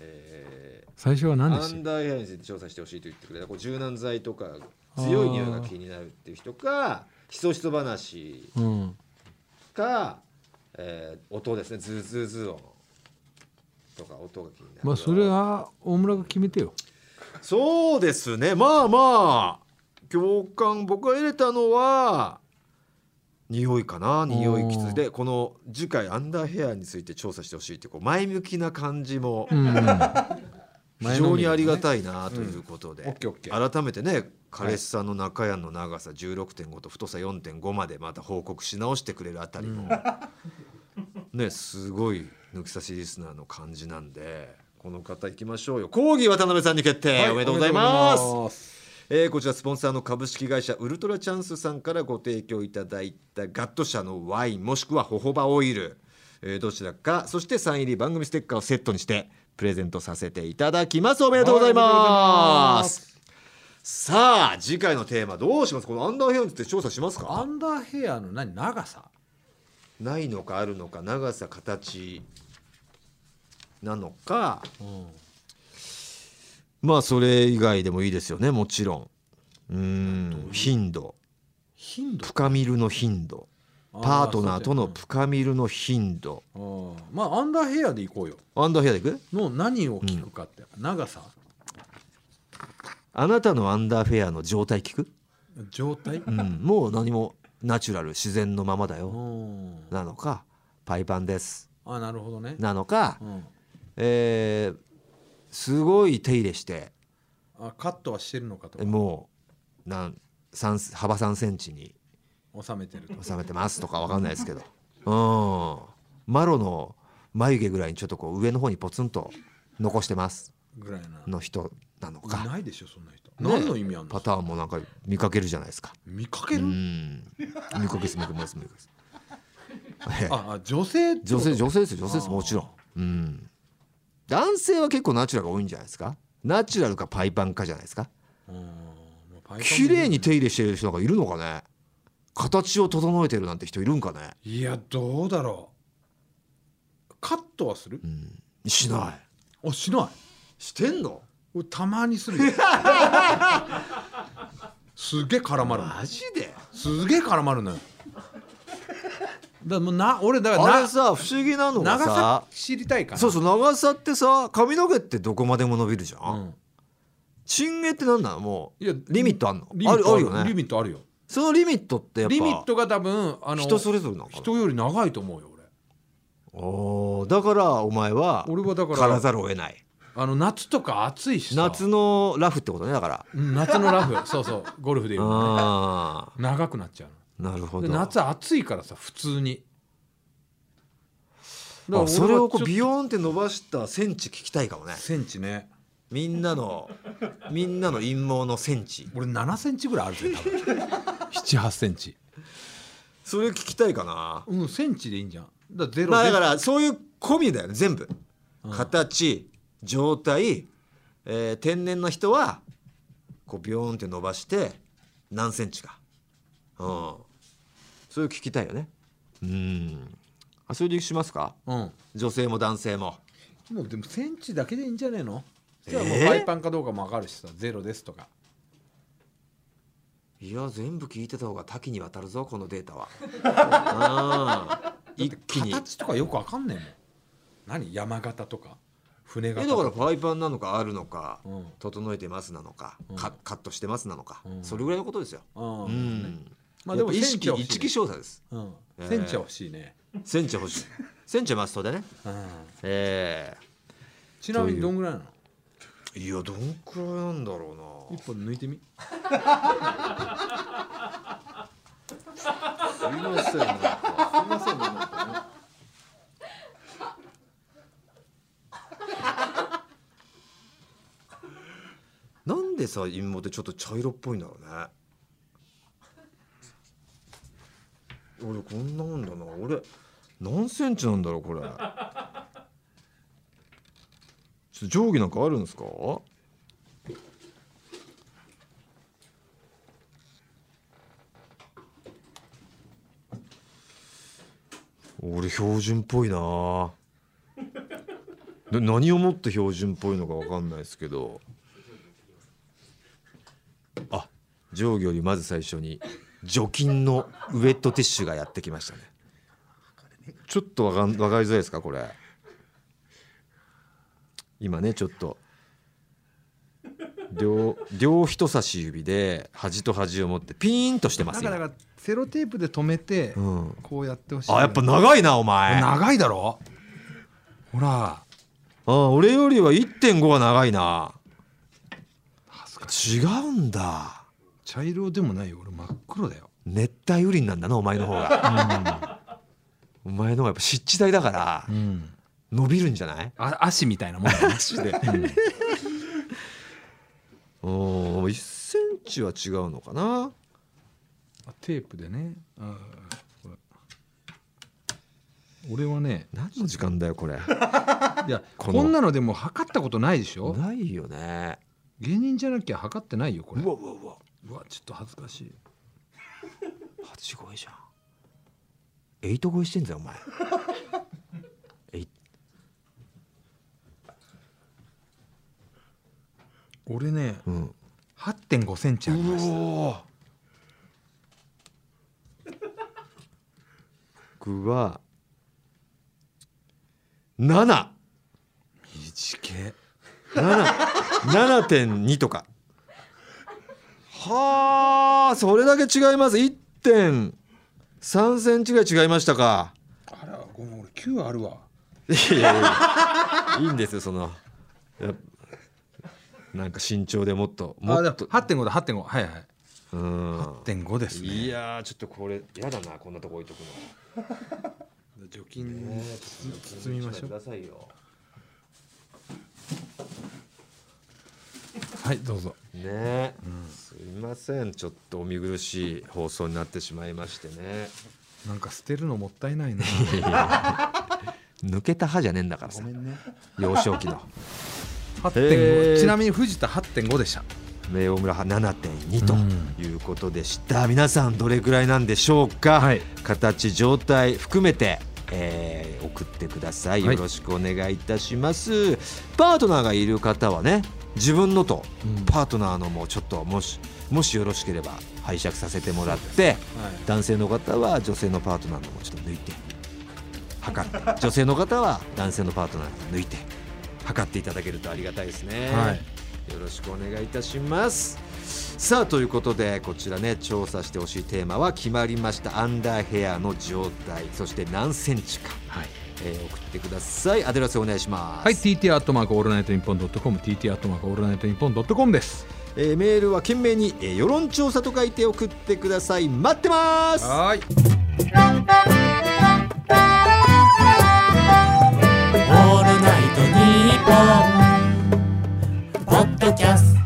Speaker 1: えー
Speaker 3: 最初は何で
Speaker 1: ア
Speaker 3: し
Speaker 1: ンダーヘアについて調査してほしいと言ってくれたこう柔軟剤とか強い匂いが気になるっていう人かひそひそ話
Speaker 3: た、うん、
Speaker 1: か、えー音ですねズーズーズー音とか音が気になる
Speaker 3: まあそれは大村が決めてよ
Speaker 1: そうですねまあまあ共感僕が得れたのは匂いかな匂いきついでこの次回アンダーヘアについて調査してほしいってこう前向きな感じも 非常にありがたいなということで、
Speaker 2: オッケーオッケ
Speaker 1: 改めてね彼氏さんの中屋の長さ16.5と太さ4.5までまた報告し直してくれるあたりも、ねすごい抜き差しリスナーの感じなんでこの方いきましょうよ講義渡辺さんに決定、おめでとうございます
Speaker 2: す
Speaker 1: えーこちらスポンサーの株式会社ウルトラチャンスさんからご提供いただいたガット社のワインもしくはホホバオイル、えーどちらかそしてサイン入り番組ステッカーをセットにしてプレゼントさせていただきますおめでとうござい
Speaker 2: はいおめでとうござい
Speaker 1: ま
Speaker 2: ます
Speaker 1: さあ次回のテーマどうしますこのアンダーヘアについて調査します
Speaker 3: ア
Speaker 1: か
Speaker 3: ンダーヘアの何長さ
Speaker 1: ないのかあるのか長さ形なのか、まあそれ以外でもいいですよねもちろんうーん頻度
Speaker 3: 頻度
Speaker 1: プカミルの頻度
Speaker 3: あー
Speaker 1: パートナーとのプカミルの頻度
Speaker 3: あーまあアンダーヘアでいこうよ
Speaker 1: アンダーヘアでいく
Speaker 3: の何を聞くかって、長さ
Speaker 1: あなたのアンダーフェアの状態聞 く、
Speaker 3: 状態
Speaker 1: うん、もう何もナチュラル自然のままだ
Speaker 3: う
Speaker 1: よ
Speaker 3: ん
Speaker 1: なのかパイパンです
Speaker 3: あなるほどね
Speaker 1: なのか
Speaker 3: う、ん
Speaker 1: えーすごい手入れして
Speaker 3: あカットはしてるのかとか
Speaker 1: もうなん三幅3センチに
Speaker 3: 収めてるとか
Speaker 1: 収めてますとかわかんないですけどうんマロの眉毛ぐらいにちょっとこう上の方にポツンと残してます
Speaker 3: ぐらいな
Speaker 1: の人なのか
Speaker 3: いないでしょそんな人、何の意味あるの
Speaker 1: パターンもなんか見かけるじゃないですか。
Speaker 3: 見かけ
Speaker 1: う
Speaker 3: る、
Speaker 1: ん。見かけです見かけです見かけです。ええ
Speaker 3: ああ女性ってこと
Speaker 1: 女性女性ですよ女性です
Speaker 3: あー
Speaker 1: もちろん。うん。男性は結構ナチュラルが多いんじゃないですか。ナチュラルかパイパンかじゃないですか。
Speaker 3: うんまあパイパンも
Speaker 1: 綺麗に手入れしてる人がいるのかね。形を整えてるなんて人いるんかね。
Speaker 3: いやどうだろうカットはする、
Speaker 1: うん。しない。
Speaker 3: あしない
Speaker 1: してんの？
Speaker 3: 俺たまにするよ すげえ絡まるの
Speaker 1: マジで？
Speaker 3: すげえ絡まるのよだもうな俺だか
Speaker 1: あ
Speaker 3: ら
Speaker 1: れ
Speaker 3: な
Speaker 1: さ不思議なのが
Speaker 3: 長
Speaker 1: さ
Speaker 3: さ。知りたいから
Speaker 1: そうそう長さってさ髪の毛ってどこまでも伸びるじゃん、
Speaker 3: うん
Speaker 1: チン毛ってなんなのもう
Speaker 3: いや
Speaker 1: リミットあんの
Speaker 3: リミ
Speaker 1: あ
Speaker 3: ッ
Speaker 1: る
Speaker 3: ト
Speaker 1: あ
Speaker 3: あ
Speaker 1: る
Speaker 3: る
Speaker 1: よ
Speaker 3: リ
Speaker 1: ね
Speaker 3: ミットあるよ
Speaker 1: そのリミットってやっぱ
Speaker 3: リミットが多分あの
Speaker 1: 人それぞれなのかな
Speaker 3: 人より長いと思うよ俺
Speaker 1: おーだからお前は
Speaker 3: 俺はだから
Speaker 1: 狩らざるを得ない
Speaker 3: あの夏とか暑いしさ
Speaker 1: 夏のラフってことねだから
Speaker 3: うん夏のラフそうそうゴルフでいうのね
Speaker 1: あ
Speaker 3: 長くなっちゃうの
Speaker 1: ーなるほ
Speaker 3: で
Speaker 1: ど
Speaker 3: 夏暑いからさ普通に
Speaker 1: あそれをこうビ
Speaker 3: ヨ
Speaker 1: ヨーンって伸ばしたセンチ聞きたいかもね
Speaker 3: センチね
Speaker 1: みんなのみんなの陰謀のセンチ
Speaker 3: 俺7センチぐらいあるぜ多分78 センチ
Speaker 1: それ聞きたいかな
Speaker 3: うんセンチでいいんじゃんだからゼロ
Speaker 1: まあ
Speaker 3: で
Speaker 1: だからそういう込みだよね全部形状態、えー天然の人はこうビヨーンって伸ばして何センチかうんそれを聞きたいよねうんあそれでしますか
Speaker 3: うん
Speaker 1: 女性も男性も
Speaker 3: もうでもセンチだけでいいんじゃねえのじゃあもう
Speaker 1: えー
Speaker 3: パイパンかどうかも分かるしさゼロですとか
Speaker 1: いや全部聞いてた方が多岐にわたるぞこのデータ はうん一気に
Speaker 3: 形とかよく分かんねえもん何山形とか船
Speaker 1: え
Speaker 3: 形
Speaker 1: だ
Speaker 3: と
Speaker 1: か
Speaker 3: から
Speaker 1: パイパンなのかあるのか、
Speaker 3: うん
Speaker 1: 整えてますなのか、
Speaker 3: うん
Speaker 1: カカットしてますなのか、
Speaker 3: うん
Speaker 1: それぐらいのことですよ、
Speaker 3: うん、
Speaker 1: うん
Speaker 3: まあでも
Speaker 1: やっぱ意
Speaker 3: センチ
Speaker 1: 識
Speaker 3: は欲しいね
Speaker 1: 一気調査です。
Speaker 3: うん
Speaker 1: えー
Speaker 3: センチは欲しいね、
Speaker 1: センチ欲しい。センチマストでね。
Speaker 3: うん
Speaker 1: え
Speaker 3: ちなみにどんぐらいなの
Speaker 1: えいやどんくらいなんだろう
Speaker 3: 一本抜いてみ
Speaker 1: な。すいませんなんか。
Speaker 3: ませんね
Speaker 1: なんでさ陰謀ってちょっと茶色っぽいんだろうね。俺こんなもんだな。俺何センチなんだろうこれ。ちょっと定規なんかあるんですか？俺標準っぽいなで何をもって標準っぽいのか分かんないですけどあ定規よりまず最初に除菌のウェットティッシュがやってきましたねちょっと分かん分かりづらいですかこれ今ねちょっと両両人差し指で端と端を持ってピーンとしてま
Speaker 3: な
Speaker 1: す
Speaker 3: んかだ
Speaker 1: よ、
Speaker 3: からセロテープで止めて
Speaker 1: うん、
Speaker 3: こうやってほしい
Speaker 1: あやっぱ長いなお前あ
Speaker 3: 長いだろほら
Speaker 1: 俺よりは1.5が長いな
Speaker 3: 恥ずかしい
Speaker 1: 違うんだ
Speaker 3: 茶色でもないよ俺真っ黒だよ
Speaker 1: 熱帯雨林なんだなお前の方が、お前の方がやっぱ湿地帯だから
Speaker 3: うん
Speaker 1: 伸びるんじゃない
Speaker 3: あ足みたいなもん だね足で、うん
Speaker 1: うん1センチは違うのかな
Speaker 3: あテープでねあーこれ俺はね
Speaker 1: 何の時間だよこれ
Speaker 3: いや
Speaker 1: こ
Speaker 3: こ
Speaker 1: の
Speaker 3: んなのでも測ったことないでしょ
Speaker 1: ないよね
Speaker 3: 芸人じゃなきゃ測ってないよこれ
Speaker 1: うわうわうわ
Speaker 3: うわちょっと恥ずかしい
Speaker 1: 八超えじゃん。エイト超えしてんだよお前。えい
Speaker 3: 俺ね
Speaker 1: うん。
Speaker 3: 8 5センチありました
Speaker 1: お。僕は七
Speaker 3: 短え
Speaker 1: 七点二とか。はあ、それだけ違います。一点三センチぐらい違いましたか。
Speaker 3: あらごめん俺9あるわ
Speaker 1: いやいやいやいいんですよそのやっなんか慎重でもっとも
Speaker 3: あで
Speaker 1: っ
Speaker 3: も
Speaker 1: と
Speaker 3: 8.5だ8.5はいはい
Speaker 1: うん
Speaker 3: 8.5ですね
Speaker 1: いやーちょっとこれやだなこんなとこ置いとくの
Speaker 3: 除菌を包みましょ
Speaker 1: くだ
Speaker 3: う
Speaker 1: さいよ
Speaker 3: はいどうぞ
Speaker 1: ねえ、すいませんちょっとお見苦しい放送になってしまいましてね
Speaker 3: なんか捨てるのもったいない な
Speaker 1: 抜けた歯じゃねえんだからさ
Speaker 3: ね
Speaker 1: 幼少期のへー
Speaker 3: 8.5ちなみに藤田8.5でした
Speaker 1: 明王村派7.2ということでした、皆さんどれぐらいなんでしょうか、
Speaker 3: はい
Speaker 1: 形状態含めて、えー送ってください
Speaker 3: は
Speaker 1: よ
Speaker 3: い
Speaker 1: ろしくお願いいたします、パートナーがいる方はね自分のと
Speaker 3: うん
Speaker 1: パートナーのもちょっともしもしよろしければ拝借させてもらって、
Speaker 3: はい
Speaker 1: 男性の方は女性のパートナーのもちょっと抜いて測って女性の方は男性のパートナーの抜いて測っていただけるとありがたいですね、
Speaker 3: はい
Speaker 1: よろしくお願いいたしますさあということでこちらね調査してほしいテーマは決まりましたアンダーヘアの状態そして何センチか、
Speaker 3: はい
Speaker 1: えー送ってくださいアドレスお願いします、
Speaker 3: はい、TT アットマークオールナイトニッポンドットコム、TT アットマークオールナイトニッポンドットコムです。
Speaker 1: えーメールは懸命に、えー世論調査と書いて送ってください待ってます
Speaker 3: い、
Speaker 5: オールナイトニッポン」ポッドキャスト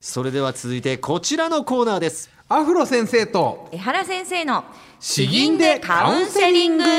Speaker 1: それでは続いてこちらのコーナーです
Speaker 3: アフロ先生と
Speaker 6: 江原先生の
Speaker 3: 詩
Speaker 6: 銀でカウンセリング
Speaker 1: さ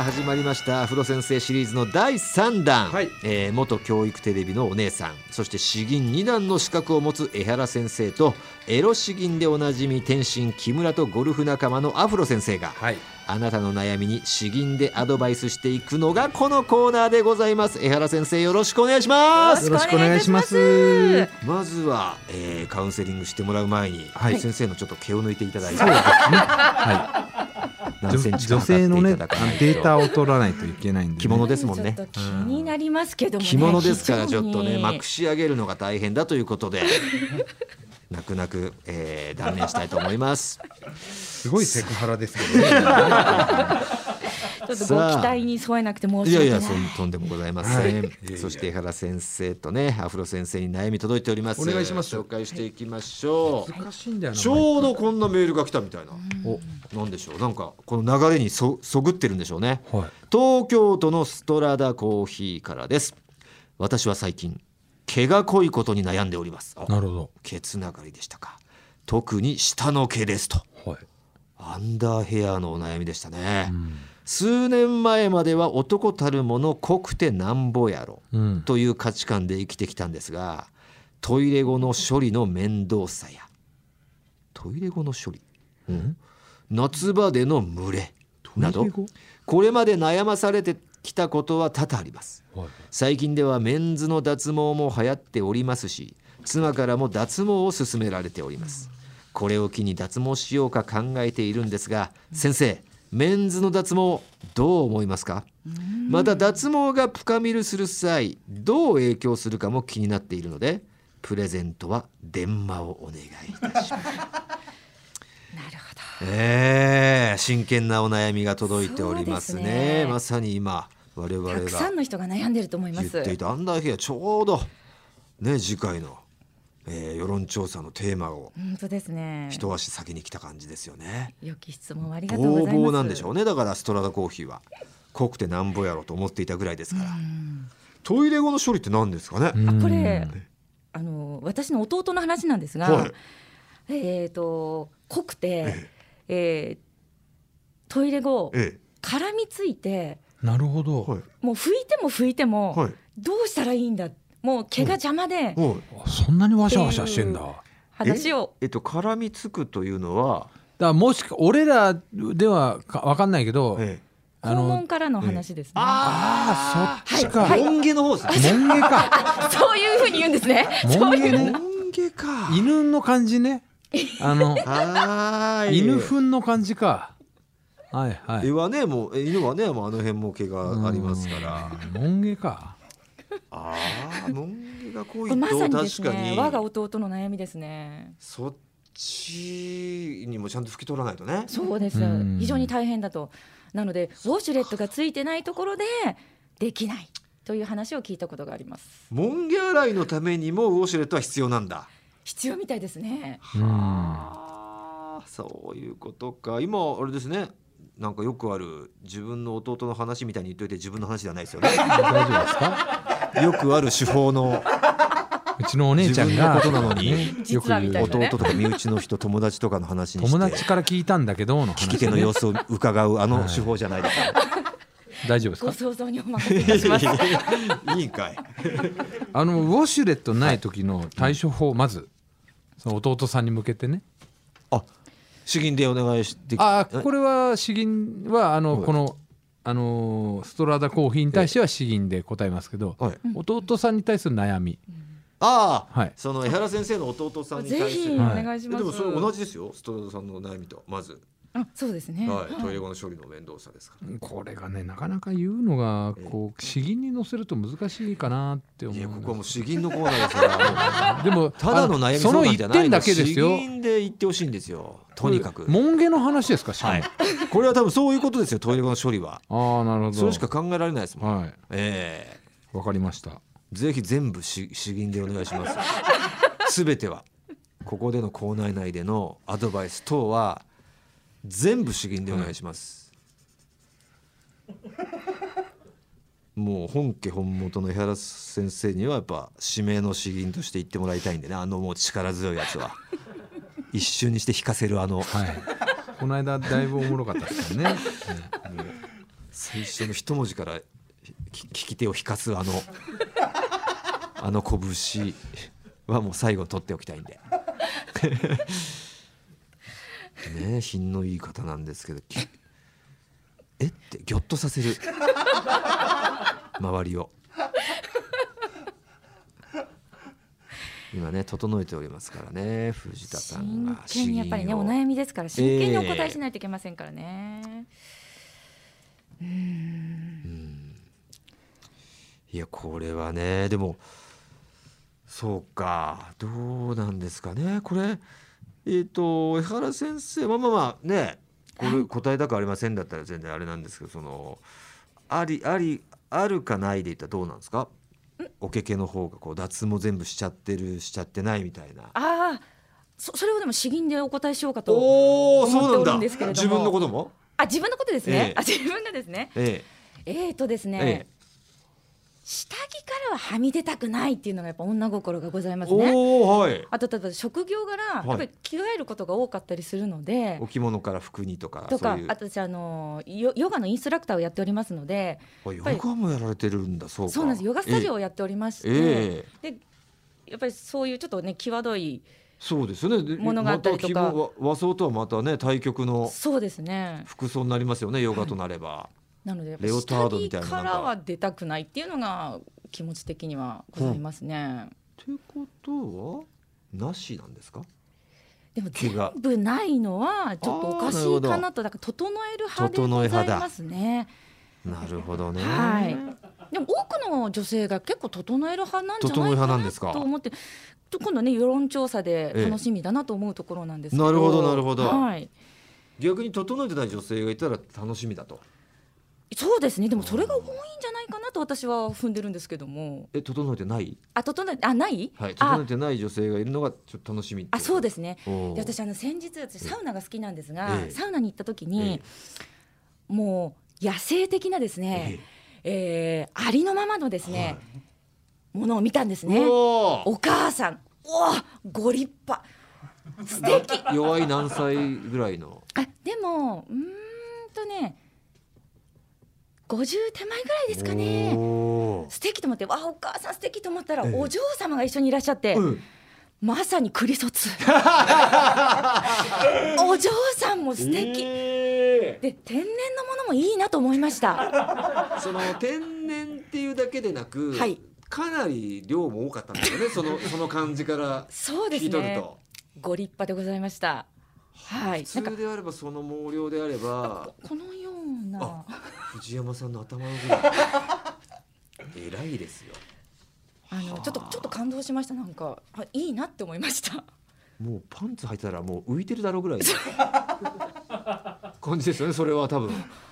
Speaker 1: あ始まりました「風呂先生」シリーズの第3弾、
Speaker 3: はい
Speaker 1: えー元教育テレビのお姉さんそして詩吟2段の資格を持つ江原先生とエロ詩吟でおなじみ天心木村とゴルフ仲間のアフロ先生が、
Speaker 3: はい、
Speaker 1: あなたの悩みに詩吟でアドバイスしていくのがこのコーナーでございます江原先生よろしくお願いします
Speaker 6: よろしくお願いします
Speaker 3: よろしくお願いし
Speaker 1: まずは、えーカウンセリングしてもらう前に、
Speaker 3: はい
Speaker 1: 先生のちょっと毛を抜いていただいて
Speaker 3: は
Speaker 1: 何セン
Speaker 3: い、
Speaker 1: チか
Speaker 3: 女
Speaker 1: 測って
Speaker 3: 性
Speaker 1: い
Speaker 3: のね、
Speaker 1: ただ
Speaker 3: デ
Speaker 1: かないと
Speaker 3: ータを取らないといけないんで、
Speaker 1: 着物ですもんね
Speaker 6: ちょっと気になりますけどもね
Speaker 1: 着物ですから
Speaker 6: 非
Speaker 1: ち
Speaker 6: 常
Speaker 1: ょ
Speaker 6: に
Speaker 1: っとねまくし上げるのが大変だということで 泣く泣く、えー断念したいと思います
Speaker 3: すごいセクハラですけどね。
Speaker 6: ちょっとご期待に沿えなくて申
Speaker 1: い
Speaker 6: し
Speaker 1: や
Speaker 6: 訳
Speaker 1: いや
Speaker 6: ない
Speaker 1: そんとんでもございません、
Speaker 3: はいいやいや
Speaker 1: そして江原先生とねアフロ先生に悩み届いております
Speaker 3: お願いします
Speaker 1: 紹介していきましょう、
Speaker 3: 難しいんだよな。
Speaker 1: ちょうどこんなメールが来たみたいな、おなんでしょうなんかこの流れにそそぐってるんでしょうね、
Speaker 3: はい
Speaker 1: 東京都のストラダコーヒーからです私は最近毛が濃いことに悩んでおりますあ
Speaker 3: なるほ
Speaker 1: 毛つながりでしたか特に下の毛ですと
Speaker 3: ど。はい。
Speaker 1: アンダーヘアのお悩みでしたね、数年前までは男たるもの濃くてなんぼやろ
Speaker 3: うん。
Speaker 1: という価値観で生きてきたんですがトイレ後の処理の面倒さやトイレ後の処理、うん、夏場での群れなどこれまで悩まされてきたことは多々あります
Speaker 3: はい。
Speaker 1: 最近ではメンズの脱毛も流行っておりますし妻からも脱毛を勧められておりますこれを機に脱毛しようか考えているんですが先生メンズの脱毛どう思いますかまた脱毛がプカミルする際どう影響するかも気になっているのでプレゼントは電話をお願いいたします
Speaker 6: なるほど。
Speaker 1: えー真剣なお悩みが届いております
Speaker 6: そうで
Speaker 1: ね
Speaker 6: すね
Speaker 1: まさに今我々
Speaker 6: たくさ
Speaker 1: が
Speaker 6: んの人が悩んでると思いま
Speaker 1: 言
Speaker 6: す。
Speaker 1: っていたアンダーヘアちょうどね次回の、えー世論調査のテーマを
Speaker 6: 本当ですね。
Speaker 1: 一足先に来た感じですよね。
Speaker 6: 良き質問をありがとうござ
Speaker 1: ボ
Speaker 6: い
Speaker 1: ー
Speaker 6: ます。
Speaker 1: ボーなんでしょうねだからストラダコーヒーは濃くてなんぼやろと思っていたぐらいですから、トイレ後の処理って何ですかね、
Speaker 6: あこれあの私の弟の話なんですが、
Speaker 1: はい
Speaker 6: えっ、と濃くて、えートイレ後
Speaker 1: え
Speaker 6: 絡みついて
Speaker 3: なるほど、
Speaker 1: はい
Speaker 6: もう拭いても拭いても、
Speaker 1: えはい
Speaker 6: どうしたらいいんだもう毛が邪魔で
Speaker 1: はい
Speaker 3: あそんなにワシャワシャしてんだだか
Speaker 6: 話を
Speaker 1: えっと絡みつくというのは、
Speaker 3: らもしか俺らではかわかんないけど、
Speaker 1: ええ、
Speaker 6: 肛門からの話ですね。
Speaker 3: ああそっちか、
Speaker 6: はい
Speaker 1: ロン毛の方ですね
Speaker 3: 門下か
Speaker 6: そういうふうに言うんで すね。
Speaker 3: 門下ね
Speaker 1: ロン毛か
Speaker 3: 犬の感じねあの
Speaker 1: はーい
Speaker 3: 犬糞の感じかはいはい
Speaker 1: はねもうえ犬はねもうあの辺も毛がありますから
Speaker 3: 門下か
Speaker 1: ああモン毛が濃い
Speaker 6: これ
Speaker 1: と
Speaker 6: まさにです
Speaker 1: 確か
Speaker 6: ね。我が
Speaker 1: に
Speaker 6: 弟の悩みですね。
Speaker 1: そっちにもちゃんと拭き取らないとね
Speaker 6: そうです
Speaker 3: うん。
Speaker 6: 非常に大変だと。なので、ウォシュレットがついてないところで、できない。という話を聞いたことがあります。
Speaker 1: モン毛洗いのためにもウォシュレットは必要なんだ
Speaker 6: 必要みたいですね。
Speaker 3: うん
Speaker 1: あーそういうことか今あれですねなんかよくある自分の弟の話みたいに言っといて自分の話ではない ですよね
Speaker 3: 大丈夫ですか
Speaker 1: よくある手法の
Speaker 3: うちのお姉ちゃんが
Speaker 1: 自分のことなのに
Speaker 3: ねよく
Speaker 6: 実はみ
Speaker 3: 言
Speaker 6: たいうな
Speaker 1: 弟とか身内の人友達とかの話にして
Speaker 3: 友達から聞いたんだけどの
Speaker 1: 聞き
Speaker 3: 話
Speaker 1: 手
Speaker 3: ね、
Speaker 1: の様子を伺うあの手法じゃないですか、
Speaker 3: 大丈夫です
Speaker 6: ご
Speaker 3: か
Speaker 6: 想像に お任せ いたします。
Speaker 1: いいんかい。
Speaker 3: あのウォシュレットない時の対処法、まずその弟さんに向けてね
Speaker 1: あ、主銀でお願いしてき。
Speaker 3: あーこれは詩吟はあのこのあのーストラダコーヒーに対しては詩吟で答えますけど、
Speaker 1: はい
Speaker 3: 弟さんに対する悩み、
Speaker 1: ああ、
Speaker 3: はい
Speaker 1: その江原先生の弟さんに
Speaker 6: ぜ
Speaker 1: 対す
Speaker 6: ひ
Speaker 1: る。
Speaker 6: お
Speaker 1: え
Speaker 6: 願い
Speaker 1: で
Speaker 6: します。
Speaker 1: もそれ同じですよ。ストラドさんの悩みとまず、
Speaker 6: あ、そうですね。
Speaker 1: はい、トイレ後の処理の面倒さですから。
Speaker 3: これがねなかなか言うのがこう詩吟に載せると難しいかなって思う
Speaker 1: い
Speaker 3: んで
Speaker 1: や
Speaker 3: す
Speaker 1: ここはもう主銀のコーナーですから。もう
Speaker 3: でも
Speaker 1: ただの
Speaker 3: あ
Speaker 1: 悩み
Speaker 3: そ
Speaker 1: 相
Speaker 3: の
Speaker 1: 談
Speaker 3: 一
Speaker 1: じゃない
Speaker 3: 点
Speaker 1: の。
Speaker 3: だけですよ
Speaker 1: 主銀で言ってほしいんですよ。とにかく。
Speaker 3: 門下の話ですかしかも、
Speaker 1: はい。これは多分そういうことですよ。トイレ後の処理は。
Speaker 3: ああなるほど
Speaker 1: それしか考えられないですもん。
Speaker 3: はい
Speaker 1: ええ
Speaker 3: わかりました
Speaker 1: ぜひ全部し主銀でお願いします。すべてはここでの校内内でのアドバイス等は全部主銀でお願いします。もう本家本元の江原先生にはやっぱ指名の詩吟として言ってもらいたいんでねあのもう力強いやつは一瞬にして引かせるあの
Speaker 3: はいこの間だいぶおもろかったですからね
Speaker 1: 最初の一文字からき聞き手を引かす あのあの拳はもう最後取っておきたいんで ねえ品のいい方なんですけどきえってぎょっとさせる周りを今ね整えておりますからね藤田さん
Speaker 6: 真
Speaker 1: が
Speaker 6: 剣にやっぱりね、お
Speaker 1: み
Speaker 6: 悩みですから、真剣にお答えしないといけませんからね。
Speaker 1: いやこれはねでもそうかどうなんですかねこれえっ、と江原先生まあまあまあねこれ答えたくありませんだったら全然あれなんですけどそのありありあるかないでいったらどうなんですかおけけの方がこう脱毛全部しちゃってるしちゃってないみたいな。
Speaker 6: ああ、そそれをでも詩吟でお答えしようかと。
Speaker 1: おー
Speaker 6: 思って
Speaker 1: そう
Speaker 6: お
Speaker 1: な
Speaker 6: る
Speaker 1: んだ
Speaker 6: んですけれども
Speaker 1: 自分のことも、
Speaker 6: あ、自分のことですね。
Speaker 1: ええ
Speaker 6: あ、自分がですね。
Speaker 1: え
Speaker 6: えーとです
Speaker 1: え
Speaker 6: ね。
Speaker 1: ええ
Speaker 6: 下着からははみ出たくないっていうのがやっぱ女心がございますね。
Speaker 1: おおはい
Speaker 6: あとただ職業柄、
Speaker 1: い
Speaker 6: やっぱり着替えることが多かったりするので
Speaker 1: お、着物から服にとか
Speaker 6: とか
Speaker 1: そういう
Speaker 6: あと私あのヨヨガのインストラクターをやっておりますので、
Speaker 1: あ
Speaker 6: ぱり
Speaker 1: ヨガもやられてるんだそうか
Speaker 6: そうなんです。ヨガスタジオをやっておりまして、
Speaker 1: えええ
Speaker 6: でやっぱりそういうちょっとね際どい
Speaker 1: そうですよね。で
Speaker 6: ものがあったりとか
Speaker 1: また希望和和装とはまたね対極の
Speaker 6: そうですね。
Speaker 1: 服装になりますよね。ヨガとなれば。
Speaker 6: なのでやっぱ
Speaker 1: レオタードみたいななん
Speaker 6: 下着
Speaker 1: か
Speaker 6: からは出たくないっていうのが気持ち的にはございますね。
Speaker 1: ってことはなしなんですか？
Speaker 6: でも
Speaker 1: 毛
Speaker 6: 全
Speaker 1: が
Speaker 6: 部ないのはちょっとおかしいかなとだから整える派でございますね。
Speaker 1: なるほどね。
Speaker 6: はい。でも多くの女性が結構整える派なんじゃ
Speaker 1: 整え
Speaker 6: ない
Speaker 1: 派な
Speaker 6: か
Speaker 1: んで
Speaker 6: な
Speaker 1: すか
Speaker 6: と思って、と今度ね世論調査で
Speaker 1: ええ
Speaker 6: 楽しみだなと思うところなんですけど。
Speaker 1: なるほどなるほど
Speaker 6: はい。
Speaker 1: 逆に整えてない女性がいたら楽しみだと。
Speaker 6: そうですね。でもそれが多いんじゃないかなと私は踏んでるんですけども。
Speaker 1: え整えてない？
Speaker 6: あ整えあない？
Speaker 1: はい。整え
Speaker 6: あ
Speaker 1: てない女性がいるのがちょっと楽しみってこと。
Speaker 6: あそうですね。
Speaker 1: おー。
Speaker 6: で私あの先日私サウナが好きなんですが、
Speaker 1: ええ
Speaker 6: サウナに行った時
Speaker 1: ええ
Speaker 6: に、もう野生的なですね、えーありのままのですね、ものを見たんですね。
Speaker 1: うおー
Speaker 6: お母さん、おーご立派、 素敵。
Speaker 1: 弱い何歳ぐらいの。
Speaker 6: あ、でも、うーんとね。50手前ぐらいですかね。
Speaker 1: おー
Speaker 6: 素敵と思って、わあ、お母さん素敵と思ったら、
Speaker 1: ええ
Speaker 6: お嬢様が一緒にいらっしゃって。
Speaker 1: うん
Speaker 6: まさにクリ ソツ。お嬢さんも素敵。で、天然のものもいいなと思い ました。
Speaker 1: その天然っていうだけでなく、
Speaker 6: はい
Speaker 1: かなり量も多かったんですよね。そ のその感じから
Speaker 6: そうで
Speaker 1: 聞
Speaker 6: す
Speaker 1: いとる
Speaker 6: ね。
Speaker 1: と。
Speaker 6: ご立派でございました。はい、な
Speaker 1: 普
Speaker 6: んか、
Speaker 1: 通であればその毛量であれば
Speaker 6: このような。
Speaker 1: 藤山さんの頭の上に偉いですよ。
Speaker 6: あのちょっとちょっと感動しましたなんかあいいなって思いました。
Speaker 1: もうパンツ履いたらもう浮いてるだろうぐらい の感じですよね。それは多分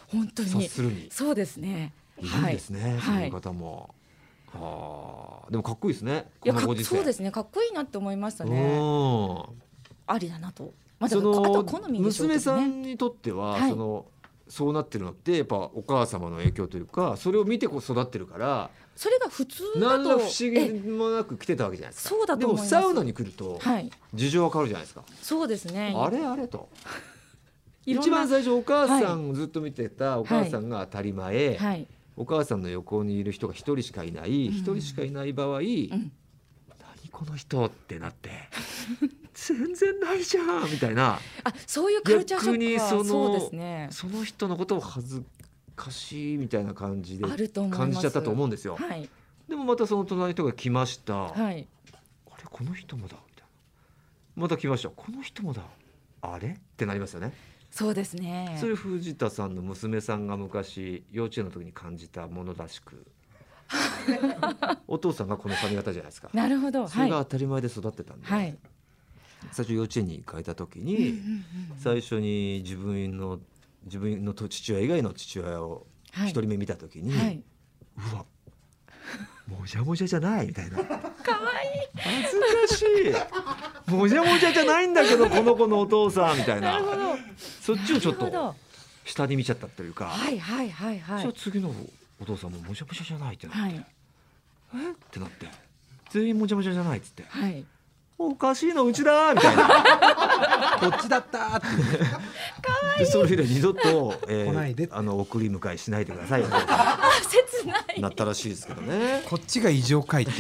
Speaker 6: 本当
Speaker 1: 察
Speaker 6: に。
Speaker 1: するに。
Speaker 6: そうですね。
Speaker 1: いるんですね、そう。
Speaker 6: はいいう
Speaker 1: 方も。はあ、でもかっこいいですね。
Speaker 6: いや
Speaker 1: こ
Speaker 6: か
Speaker 1: のご
Speaker 6: っ
Speaker 1: 時世
Speaker 6: そうですね。かっこいいなって思いましたね。
Speaker 1: うん
Speaker 6: ありだなと。まあ、だ
Speaker 1: そ
Speaker 6: からあ
Speaker 1: の
Speaker 6: とは好みでしょう
Speaker 1: 娘
Speaker 6: けど
Speaker 1: さ
Speaker 6: ね。
Speaker 1: んにとっては、
Speaker 6: はい
Speaker 1: そのそうなってるのってやっぱお母様の影響というかそれを見てこう育ってるから
Speaker 6: それが普通だ
Speaker 1: 何
Speaker 6: と。
Speaker 1: ら不思議
Speaker 6: え
Speaker 1: もなく来てたわけじゃないですか
Speaker 6: そうだと思います
Speaker 1: でもサウナに来ると
Speaker 6: はい。
Speaker 1: 事情は変わるじゃないですか、
Speaker 6: そうですね。
Speaker 1: あれあれと
Speaker 6: いろ
Speaker 1: 一
Speaker 6: んな
Speaker 1: 番最初お母さんをずっと見てたお母さんが当たり前、
Speaker 6: はい。
Speaker 1: お母さんの横にいる人が一人しかいない
Speaker 6: うん
Speaker 1: 一、人しかいない場合、何この人ってなって 全然ないじゃんみたいな
Speaker 6: あそういうカルチャーショックは
Speaker 1: 逆にその
Speaker 6: そうですね。
Speaker 1: その人のことを恥ずかしいみたいな感じで
Speaker 6: あると思います。
Speaker 1: 感じちゃったと思
Speaker 6: う。
Speaker 1: うんですよ、
Speaker 6: はい
Speaker 1: でもまたその隣の人が来ました、あ
Speaker 6: はい。
Speaker 1: れこの人もだみたいなまた来ましたこの人もだあれってなりますよね、
Speaker 6: そうですね。
Speaker 1: それ藤田さんの娘さんが昔幼稚園の時に感じたものらし くお父さんがこの髪型じゃないですか
Speaker 6: なるほど。
Speaker 1: そ
Speaker 6: は
Speaker 1: れ
Speaker 6: い
Speaker 1: が当たり前で育ってたんで、
Speaker 6: はい。
Speaker 1: 最初幼稚園に変えた時
Speaker 6: うんうん
Speaker 1: に最初に自分の自分の父親以外の父親を
Speaker 6: は
Speaker 1: 一
Speaker 6: い
Speaker 1: 人目見た時に、
Speaker 6: うんはい。
Speaker 1: うわもじゃもじゃじゃないみた いなかわいい恥ずかしいもじゃもじゃじゃないんだけどこの子のお父さんみたいなそっちをちょっ
Speaker 6: なるほ
Speaker 1: と
Speaker 6: ど
Speaker 1: 下に見ちゃったというか、
Speaker 6: はいはいはいは
Speaker 1: そし
Speaker 6: い。
Speaker 1: たら次のお父さんももじゃもじゃじゃないってな,、
Speaker 6: はい
Speaker 1: えってなって全員もじゃもじゃじゃないっつって
Speaker 6: はい。
Speaker 1: おかしいのうちだーみたいな こっちだったーっていうねでそれ以来二度 と、えー
Speaker 3: 来ないで
Speaker 1: あの送り迎えしないでくださいよ
Speaker 6: 切ない。
Speaker 1: なったらしいですけど ね
Speaker 3: こっちが異常回帰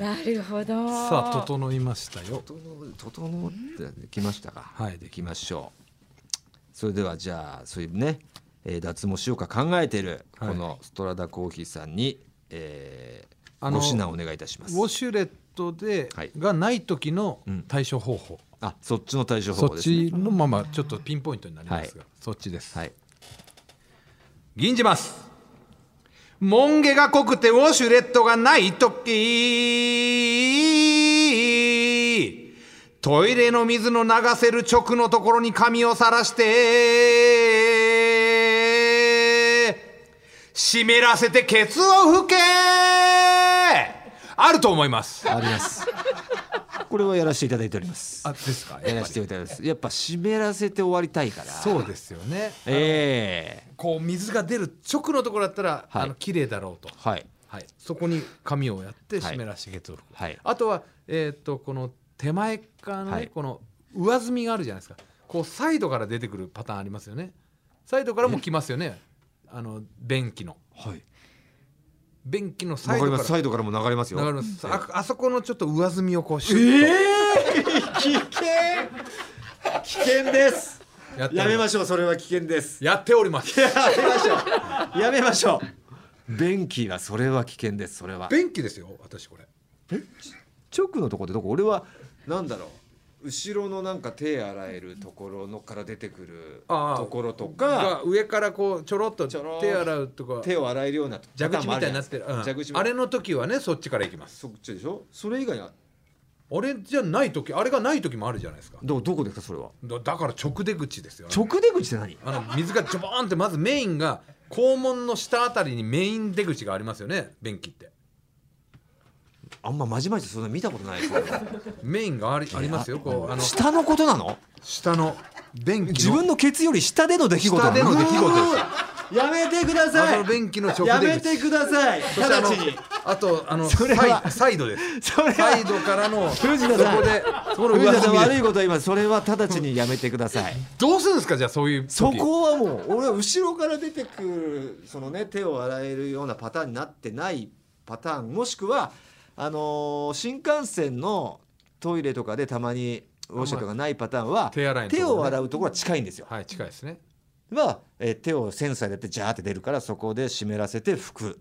Speaker 6: なるほど。
Speaker 3: さあ整いましたよ
Speaker 1: 整う整ってきましたか
Speaker 3: はい
Speaker 1: できましょうそれではじゃあそういうね、えー脱毛しようか考えている、
Speaker 3: はい
Speaker 1: このストラダコーヒーさんに、えー
Speaker 3: あの
Speaker 1: ご指南お願いいたします
Speaker 3: ウォシュレットで、
Speaker 1: はい
Speaker 3: がない時の
Speaker 1: うん
Speaker 3: 対処方法、
Speaker 1: あそっちの対処
Speaker 3: そ
Speaker 1: 法
Speaker 3: っ
Speaker 1: ですね
Speaker 3: ちのままちょっとピンポイントになりますが、そっちです、
Speaker 1: はい
Speaker 3: 銀じますもんげが濃くてウォシュレットがない時トイレの水の流せる直のところに髪をさらして湿らせてケツを拭けあると思います
Speaker 1: ありますこれはやらせていただいております
Speaker 3: あですか
Speaker 1: やらせていただいてますやっぱ湿らせて終わりたいから
Speaker 3: そうですよね
Speaker 1: え
Speaker 3: こう水が出る直のところだったら、
Speaker 1: はい
Speaker 3: あの綺麗だろうと
Speaker 1: えはい
Speaker 3: はい、そこに紙をやって
Speaker 1: はい
Speaker 3: 湿らして月を拭く、
Speaker 1: はい
Speaker 3: あとは、えー、とこの手前からの、ね
Speaker 1: はい
Speaker 3: この上積みがあるじゃないですかこうサイドから出てくるパターンありますよねサイドからも来ますよねあの便器の
Speaker 1: はい
Speaker 3: 便器のサ
Speaker 1: わ
Speaker 3: イ
Speaker 1: かり
Speaker 3: ド
Speaker 1: ま
Speaker 3: か
Speaker 1: す
Speaker 3: ら
Speaker 1: サイドからも流れます
Speaker 3: 流
Speaker 1: よ
Speaker 3: れますああそこのちょっと上積みをこうシュッ
Speaker 1: え危険危険です
Speaker 3: とやっており
Speaker 1: やめましょうそれは危険です
Speaker 3: やっております
Speaker 1: やめましょうやめましょう便器はそれは危険ですそれは
Speaker 3: 便器ですよ私これ
Speaker 1: 直のとこってどこ俺はなんだろう後ろのなんか手洗えるところのから出てくる
Speaker 3: ああ
Speaker 1: ところと
Speaker 3: が
Speaker 1: か
Speaker 3: 上からこうちょろっと
Speaker 1: ちょろっ
Speaker 3: 手洗うとか
Speaker 1: 手を洗えるような
Speaker 3: 蛇口みたいになってる、うん
Speaker 1: 蛇口み
Speaker 3: あれの時はねそっちから行きます
Speaker 1: そっちでしょそれ以外は
Speaker 3: あれじゃない時あれがない時もあるじゃないですか
Speaker 7: どどこですかそれは
Speaker 3: だだから直出口ですよ
Speaker 7: 直出口って何
Speaker 3: あの水がジョボーンってまずメインが肛門の下あたりにメイン出口がありますよね便器って
Speaker 7: あんままじまじとそんな見たことないですよ
Speaker 3: メインがありありますよこうあの
Speaker 7: 下のことなの
Speaker 3: 下の便器の
Speaker 7: 自分のケツより下での出来事
Speaker 3: 下での出来事です
Speaker 7: やめてくだ
Speaker 3: あ
Speaker 7: さ
Speaker 3: の
Speaker 7: い
Speaker 3: 便器の直出口
Speaker 7: やめてください
Speaker 3: そしてあ
Speaker 7: 直
Speaker 3: の
Speaker 7: ちに
Speaker 3: あとあの
Speaker 7: それは
Speaker 3: サイサイドです
Speaker 7: それは
Speaker 3: サイドからの
Speaker 7: 藤田
Speaker 3: そ
Speaker 7: さん
Speaker 3: こでそこの
Speaker 7: 藤田
Speaker 3: 上
Speaker 7: さん
Speaker 3: 積み
Speaker 7: 悪
Speaker 3: で
Speaker 7: いことは今それは直ちにやめてください
Speaker 3: どうするんですかじゃあそういう時
Speaker 7: そこはもう
Speaker 1: 俺は後ろから出てくるそのね手を洗えるようなパターンになってないパターンもしくはあのー新幹線のトイレとかでたまにウォシュレットがないパターンは
Speaker 3: 手洗いのと
Speaker 1: 手
Speaker 3: ころね
Speaker 1: を洗うところは近いんですよ。
Speaker 3: はい近いですね
Speaker 1: は、えー手をセンサーでやってジャーって出るからそこで湿らせて拭く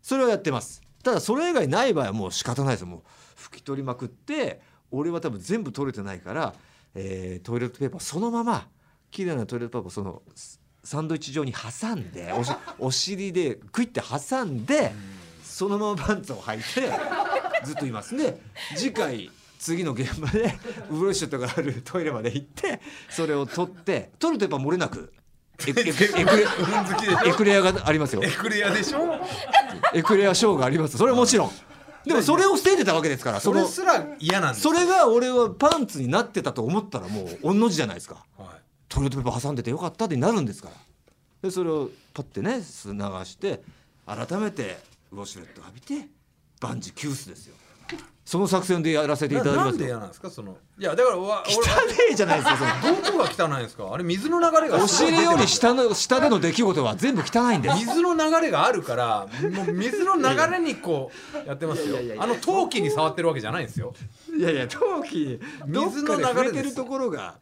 Speaker 1: それをやってますただそれ以外ない場合はもう仕方ないですよもう拭き取りまくって俺は多分全部取れてないから、えートイレットペーパーそのまま綺麗なトイレットペーパーをそのスサンドイッチ状に挟んでおしお尻でクイって挟んでそのままパンツを履いてずっといますで次回次の現場でウブロシュットがあるトイレまで行ってそれを取って取るとやっぱ漏れなくエクエクエクレエクレアがありますよ
Speaker 3: クリアでしょ
Speaker 1: エクレアショーがありますそれはもちろんでもそれを捨ててたわけですからそ
Speaker 3: それ
Speaker 1: の
Speaker 3: すら嫌なんです
Speaker 1: それが俺はパンツになってたと思ったらもう御の字じゃないですか
Speaker 3: はい
Speaker 1: トイレットペーパー挟んでてよかったってなるんですからでそれをパッてねす流して改めてウォシュレット浴びて万事休すですよその作戦でやらせてい
Speaker 3: な
Speaker 1: ただき
Speaker 3: な
Speaker 1: ま
Speaker 3: ん
Speaker 1: す
Speaker 3: で
Speaker 1: よ
Speaker 3: 嫌なんですかそのいやだからわ俺
Speaker 1: 汚えじゃないですか その
Speaker 3: どこが汚いんですかあれ水の流れが
Speaker 1: お尻より下の下での出来事は全部汚いんです
Speaker 3: 水の流れがあるからもう水の流れにこうやってますよあの陶器に触ってるわけじゃないんですよ
Speaker 1: いやいや陶器
Speaker 3: 水の流れです
Speaker 1: どっかで触れてるところが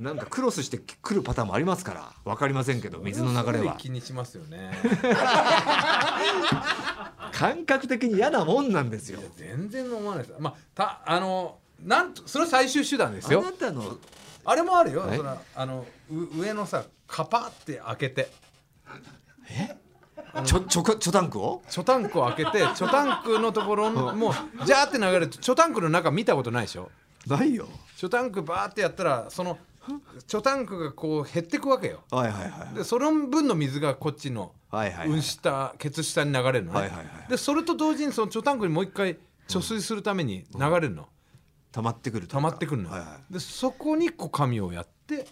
Speaker 1: なんかクロスしてくるパターンもありますから分かりませんけど水の流れ
Speaker 3: すご
Speaker 1: はい
Speaker 3: 気にしますよね
Speaker 1: 感覚的に嫌なもんなんですよ
Speaker 3: 全然思わないですまあたあのなんとそれは最終手段です
Speaker 1: あ
Speaker 3: よ
Speaker 1: なたの
Speaker 3: あれもあるよ、
Speaker 1: い
Speaker 3: そのあのう上のさカパって開けて
Speaker 1: ちょちょちょタンクを
Speaker 3: 貯タンクを開け て貯タンクのところのもうジャーって流れると貯タンクの中見たことないでしょ
Speaker 1: ないよ
Speaker 3: 貯タンクバーってやったらその貯タンクがこう減ってくわけよ
Speaker 1: はいはいはい
Speaker 3: でその分の水がこっちの
Speaker 1: はいはいはい
Speaker 3: うん下ケツ下に流れるのね、
Speaker 1: はいはいはい
Speaker 3: でそれと同時にその貯タンクにもう一回貯水するために流れるの、
Speaker 1: 溜まってくるとい
Speaker 3: 溜
Speaker 1: うか
Speaker 3: まってくるのよ、
Speaker 1: はいはい
Speaker 3: でそこにこう紙をやって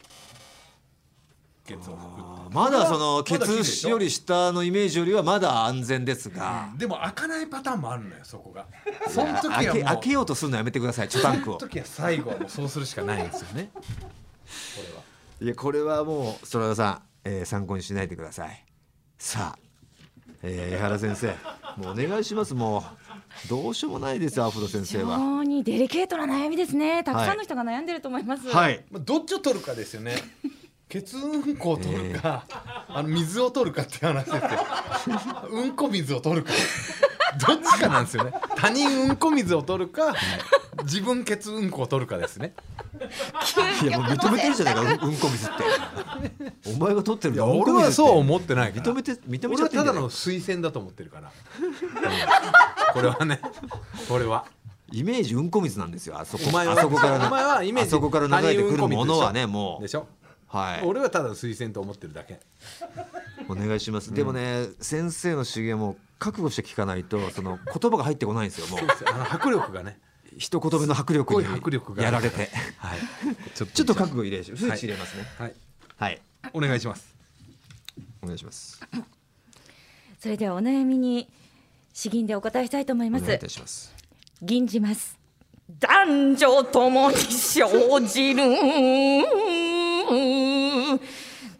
Speaker 3: ケツを拭く
Speaker 1: あまだその
Speaker 3: まだ綺麗
Speaker 1: 血
Speaker 3: でしょ
Speaker 1: より下のイメージよりはまだ安全ですが
Speaker 3: でも開かないパターンもあるのよそこがその時はもう
Speaker 1: 開け開けようとするのやめてください貯タンクを
Speaker 3: その時は最後はもうそうするしかないんですよね
Speaker 1: いやこれはもう空田さん、えー参考にしないでくださいさあ、えー、江原先生もうお願いしますもうどうしようもないですよアフロ先
Speaker 6: 非
Speaker 1: 生は
Speaker 6: 常にデリケートな悩みですねたくさんの人が悩んでると思います、
Speaker 1: はい
Speaker 3: まあ、どっちを取るかですよ ねケツうんこを取るか、あの水を取るかって話 ですようんこ水を取るかどっちかなんですよね他人うんこ水を取るか自分ケツうんこを取るかですね
Speaker 1: いやもう認めてるじゃないかうんうんこ水ってお前が取ってるんだ
Speaker 3: 俺はそうは
Speaker 1: う
Speaker 3: 思ってないから
Speaker 1: 認めて認め
Speaker 3: 俺
Speaker 1: ちゃ
Speaker 3: は
Speaker 1: ってん
Speaker 3: た
Speaker 1: じゃ
Speaker 3: だ
Speaker 1: ない
Speaker 3: の推薦だと思ってるから、これはねこれは
Speaker 1: イメージうんこ水なんですよあそこ
Speaker 3: お前は
Speaker 1: あそこからな
Speaker 3: お前はイメージ
Speaker 1: あそこから流れてくるものはね
Speaker 3: 他人うんこ水でしょ
Speaker 1: もう
Speaker 3: でしょ
Speaker 1: はい
Speaker 3: 俺はただの推薦と思ってるだけ
Speaker 1: お願いします、でもね先生の資源も覚悟して聞かないとその言葉が入ってこないんですよもう
Speaker 3: あの迫力がね
Speaker 1: 一言目の迫力に
Speaker 3: すごい迫力が
Speaker 1: やられて、はい、
Speaker 3: ちょっ
Speaker 1: ちょっと覚悟入れスイッチ入れますね
Speaker 3: はい
Speaker 1: はい
Speaker 3: お願いします
Speaker 1: お願いします
Speaker 6: それではお悩みに詩吟でお答えしたいと思いま
Speaker 1: お願い
Speaker 6: す
Speaker 1: いたします
Speaker 6: 吟じます男女ともに生じる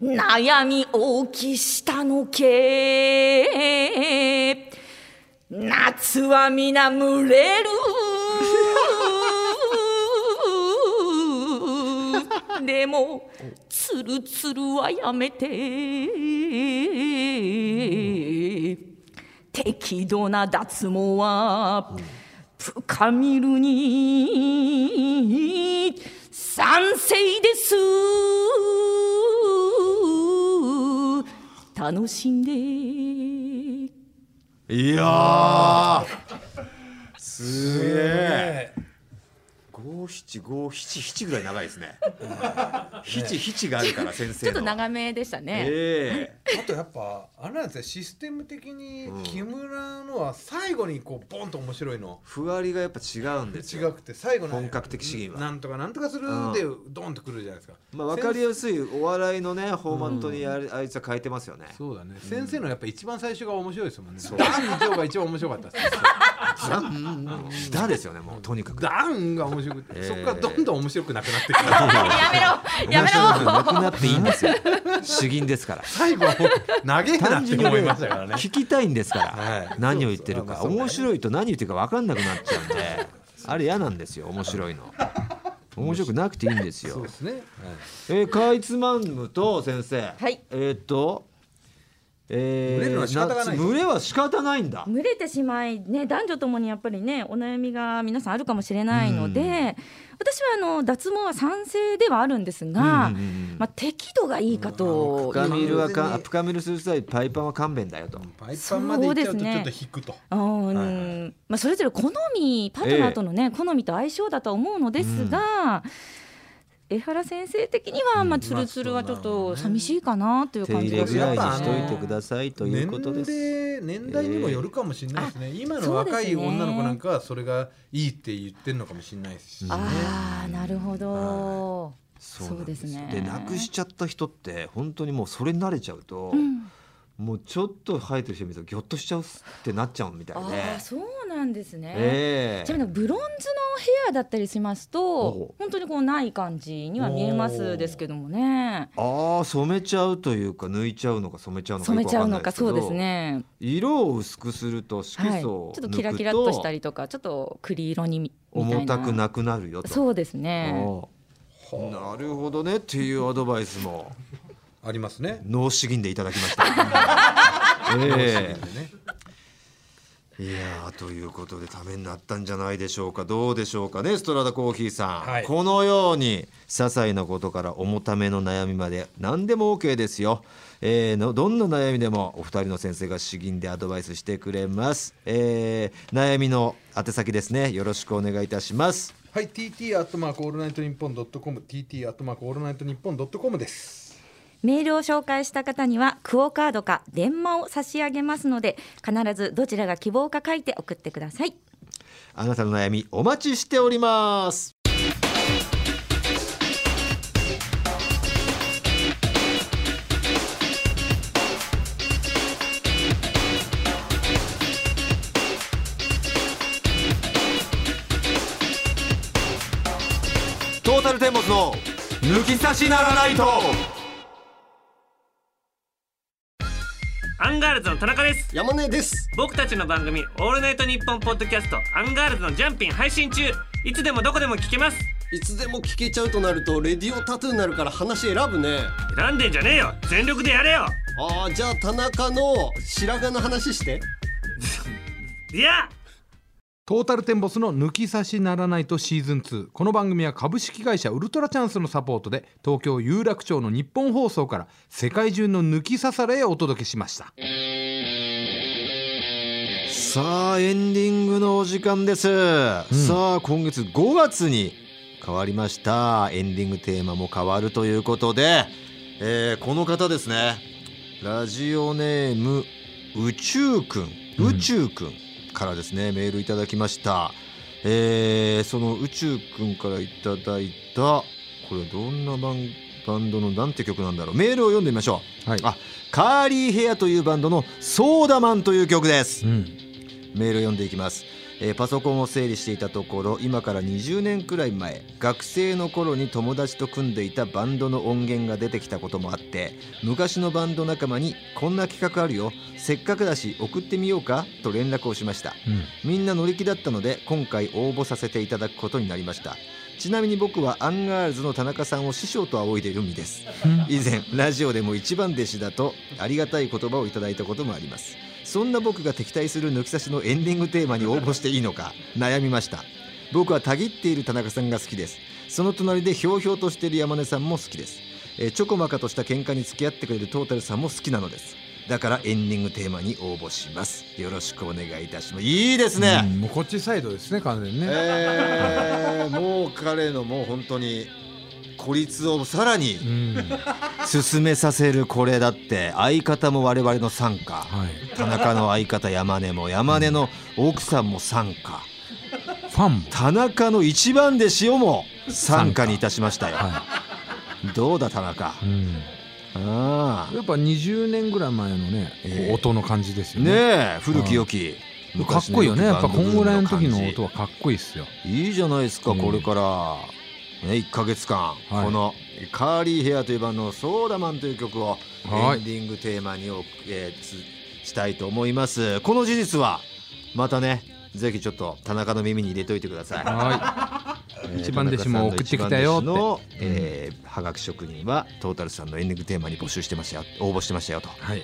Speaker 6: 悩み大きしたのけ夏は皆群れるでもつるつるはやめて適度な脱毛は深みるに賛成です楽しんで
Speaker 8: いや
Speaker 3: すげえ
Speaker 1: 五七五七七ぐらい長いですね。七七があるから先生
Speaker 6: ちょ
Speaker 1: の。
Speaker 6: っと長めでしたね、
Speaker 1: ええ
Speaker 3: あとやっぱあれなんですねシステム的に木村のは最後にこうボンと面白いの
Speaker 1: ふわりがやっぱ違うんです
Speaker 3: 違
Speaker 1: よ。
Speaker 3: くて最後の
Speaker 1: 本格的主義は
Speaker 3: なんとかなんとかするでドンとくるじゃないですか
Speaker 1: まあわかりやすいお笑いのねフォーマットにあれあいつは変えてますよね。
Speaker 3: そうだね先生のやっぱ一番最初が面白いですもんねダン以上が一番面白かったですね
Speaker 1: だだですよねもうとにかく。
Speaker 3: ダンが面白く
Speaker 1: え
Speaker 3: て
Speaker 1: え
Speaker 3: そこからどんどん面白くなくなってきた
Speaker 6: やめろやめろ
Speaker 1: 面白いのなくなっていいんですよ。主銀ですから。
Speaker 3: 最後はもう長えなって思いましたからね
Speaker 1: 聞きたいんですから、
Speaker 3: はい
Speaker 1: 何を言ってるか
Speaker 3: そうそう
Speaker 1: 面白いと何言ってるか分かんなくなっちゃうんであれ嫌なんですよ面白い の面白くなくていいんです
Speaker 3: そう
Speaker 1: よ
Speaker 3: ですねはい
Speaker 1: えー、かいつまむと先生
Speaker 6: はい
Speaker 1: えーっとえ
Speaker 3: 群れるのは仕方がない
Speaker 1: 群れは仕方ないんだ
Speaker 6: 群れてしまい、ね、男女ともにやっぱりねお悩みが皆さんあるかもしれないので、私はあの脱毛は賛成ではあるんですが、
Speaker 1: うんうんうん
Speaker 6: まあ、適度がいいかと
Speaker 1: プカミルはか
Speaker 3: 完全に
Speaker 1: プカミルする際パイパンは勘弁だよと
Speaker 3: パイパンまで行っちゃうとちょっと引くと
Speaker 6: うん
Speaker 3: はい
Speaker 6: まあ、それぞれ好みパートナーとの、ね好みと相性だとは思うのですが、江原先生的には、まあ、ツルツルはちょっと寂しいかなという
Speaker 1: 手
Speaker 6: 感
Speaker 1: 入
Speaker 6: じ
Speaker 1: れ
Speaker 6: が
Speaker 1: ぐ
Speaker 6: し
Speaker 1: ら
Speaker 6: ま
Speaker 1: い
Speaker 6: す
Speaker 1: にし
Speaker 6: ね
Speaker 1: といてくださいということです、
Speaker 3: 年齢年代にもよるかもしれないですね、今の若い
Speaker 6: そうですね
Speaker 3: 女の子なんかはそれがいいって言ってるのかもしれないし、
Speaker 6: ああなるほど、そうですね
Speaker 1: でなくしちゃった人って本当にもうそれに慣れちゃうと、
Speaker 6: うん
Speaker 1: もうちょっと生えてる人見るとぎょっとしちゃうってなっちゃうみたいで、
Speaker 6: ああそうなんですね、
Speaker 1: ええ
Speaker 6: ちなみにブロンズのヘアだったりします
Speaker 1: お
Speaker 6: と本当にこうない感じには見えますですけどもね
Speaker 1: ああ染めちゃうというか抜いちゃうのか染めちゃうのか
Speaker 6: 染めちゃうのか
Speaker 1: よく
Speaker 6: そう
Speaker 1: わ
Speaker 6: で
Speaker 1: ん
Speaker 6: す
Speaker 1: ない
Speaker 6: ね
Speaker 1: けど色を薄くすると色
Speaker 6: はいち
Speaker 1: 素
Speaker 6: ょ
Speaker 1: を
Speaker 6: っ
Speaker 1: 抜くと,、
Speaker 6: とキラキラっとしたりとかちょっと栗色にみみたいな
Speaker 1: 重たくなくなるよと
Speaker 6: そうで
Speaker 1: あ
Speaker 6: すね
Speaker 1: ーなるほどねっていうアドバイスも
Speaker 3: ありますね。
Speaker 1: 脳死銀でいただきました え
Speaker 3: でね
Speaker 1: えいやーということでためになったんじゃないでしょうかどうでしょうかねストラダコーヒーさん、
Speaker 3: はい
Speaker 1: このように些細なことから重ための悩みまで何でも OK ですよ、えーのどんな悩みでもお二人の先生が詩吟でアドバイスしてくれます、えー悩みの宛先ですねよろしくお願いいたします
Speaker 3: はい、TT アットマークオールナイトニッポンドットコム、TT アットマークオールナイトニッポンドットコムです。
Speaker 6: メールを紹介した方にはクオカードか電話を差し上げますので必ずどちらが希望か書いて送ってください
Speaker 1: あなたの悩みお待ちしておりますトータルテンボスの抜き差しならないと
Speaker 9: アンガールズの田中です
Speaker 10: 山根です
Speaker 9: 僕たちの番組「オールナイトニッポン」ポッドキャスト「アンガールズのジャンピン」配信中いつでもどこでも聞けます
Speaker 10: いつでも聞けちゃうとなるとレディオタトゥーになるから話選ぶね
Speaker 9: 選んでんじゃねえよ全力でやれよ
Speaker 10: あーじゃあ田中の白髪の話して
Speaker 9: いや
Speaker 11: トータルテンボスの抜き差しならないとシーズン2この番組は株式会社ウルトラチャンスのサポートで東京有楽町の日本放送から世界中の抜き差されへお届けしました
Speaker 1: さあエンディングのお時間です、さあ今月5月に変わりましたエンディングテーマも変わるということで、えーこの方ですねラジオネーム宇宙くん宇宙くんからですね、メールいただきました、えーその宇宙くんからいただいたこれどんなバンバンドのなんて曲なんだろうメールを読んでみましょう、
Speaker 11: はい
Speaker 1: あカーリーヘアというバンドのソーダマンという曲です、
Speaker 11: ん
Speaker 1: メールを読んでいきます、えーパソコンを整理していたところ今から20年くらい前学生の頃に友達と組んでいたバンドの音源が出てきたこともあって昔のバンド仲間に「こんな企画あるよせっかくだし送ってみようか」と連絡をしましたみんな乗り気だったので今回応募させていただくことになりましたちなみに僕はアンガールズの田中さんを師匠と仰いでいる身です以前ラジオでも一番弟子だとありがたい言葉をいただいたこともありますそんな僕が敵対する抜き差しのエンディングテーマに応募していいのか悩みました僕はたぎっている田中さんが好きですその隣でひょうひょうとしている山根さんも好きですえーちょこまかとした喧嘩に付き合ってくれるトータルさんも好きなのですだからエンディングテーマに応募しますよろしくお願いいたしますいいですね、
Speaker 2: うんもうこっちサイドですね完全にね、
Speaker 1: えーもう彼のもう本当に孤立をさらに
Speaker 2: うん
Speaker 1: 進めさせるこれだって相方も我々の傘下
Speaker 2: はい、
Speaker 1: 田中の相方山根も山根の奥さんも傘下
Speaker 2: ファンも、
Speaker 1: 田中の一番弟子をも傘下にいたしましたよ
Speaker 2: は
Speaker 1: どうだ田中
Speaker 2: いうん、
Speaker 1: あ
Speaker 2: やっぱ20年ぐらい前のね、こう
Speaker 1: ええ
Speaker 2: 音の感じです
Speaker 1: あ
Speaker 2: よね
Speaker 1: ねえ古き良き
Speaker 2: かっこいいよねやっぱこんぐらいの時の
Speaker 1: 昔
Speaker 2: 音はかっこいいっすよ
Speaker 1: いいじゃないですか、
Speaker 2: うん
Speaker 1: これから、ね、1か月
Speaker 2: は
Speaker 1: 間、
Speaker 2: い
Speaker 1: この「カーリーヘア」というバンドの「ソーダマン」という曲をエ
Speaker 2: はい
Speaker 1: ンディングテーマにお、えーつしたいと思いますこの事実はまたねぜひちょっと田中の耳に入れといてください、
Speaker 2: は
Speaker 1: えー
Speaker 2: 一番弟子も送ってきたよって
Speaker 1: 田中さんの一番弟子の、えーはがき職人はトータルさんのエンディングテーマに募集してましたよ応募してましたよと
Speaker 2: い、はい、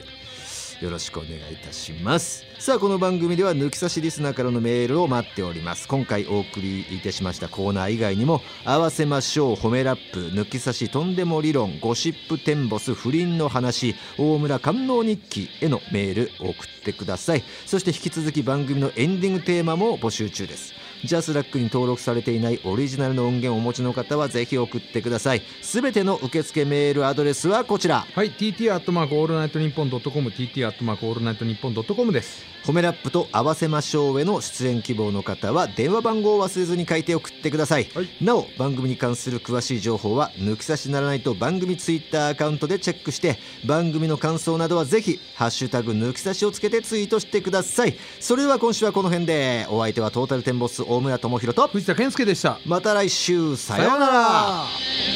Speaker 1: よろしくお願いいたしますさあこの番組では抜き差しリスナーからのメールを待っております今回お送りいたしましたコーナー以外にも合わせましょう褒めラップ抜き差しとんでも理論ゴシップテンボス不倫の話大村官能日記へのメールを送ってくださいそして引き続き番組のエンディングテーマも募集中ですジャスラックに登録されていないオリジナルの音源をお持ちの方はぜひ送ってくださいすべての受付メールアドレスはこちら
Speaker 2: はい、TT アットマークオールナイトニッポンドットコム TT アットマークオールナイトニッポンドットコムです
Speaker 1: 褒めラップと合わせましょうへの出演希望の方は電話番号を忘れずに書いて送ってください、
Speaker 2: はい
Speaker 1: なお番組に関する詳しい情報は抜き差しならないと番組ツイッターアカウントでチェックして番組の感想などはぜひ「ハッシュタグ抜き差し」をつけてツイートしてくださいそれでは今週はこの辺でお相手はトータルテンボス大村智広と
Speaker 2: 藤田健介でした
Speaker 1: また来週さよ
Speaker 2: さよ
Speaker 1: うな
Speaker 2: うな
Speaker 1: ら
Speaker 2: ら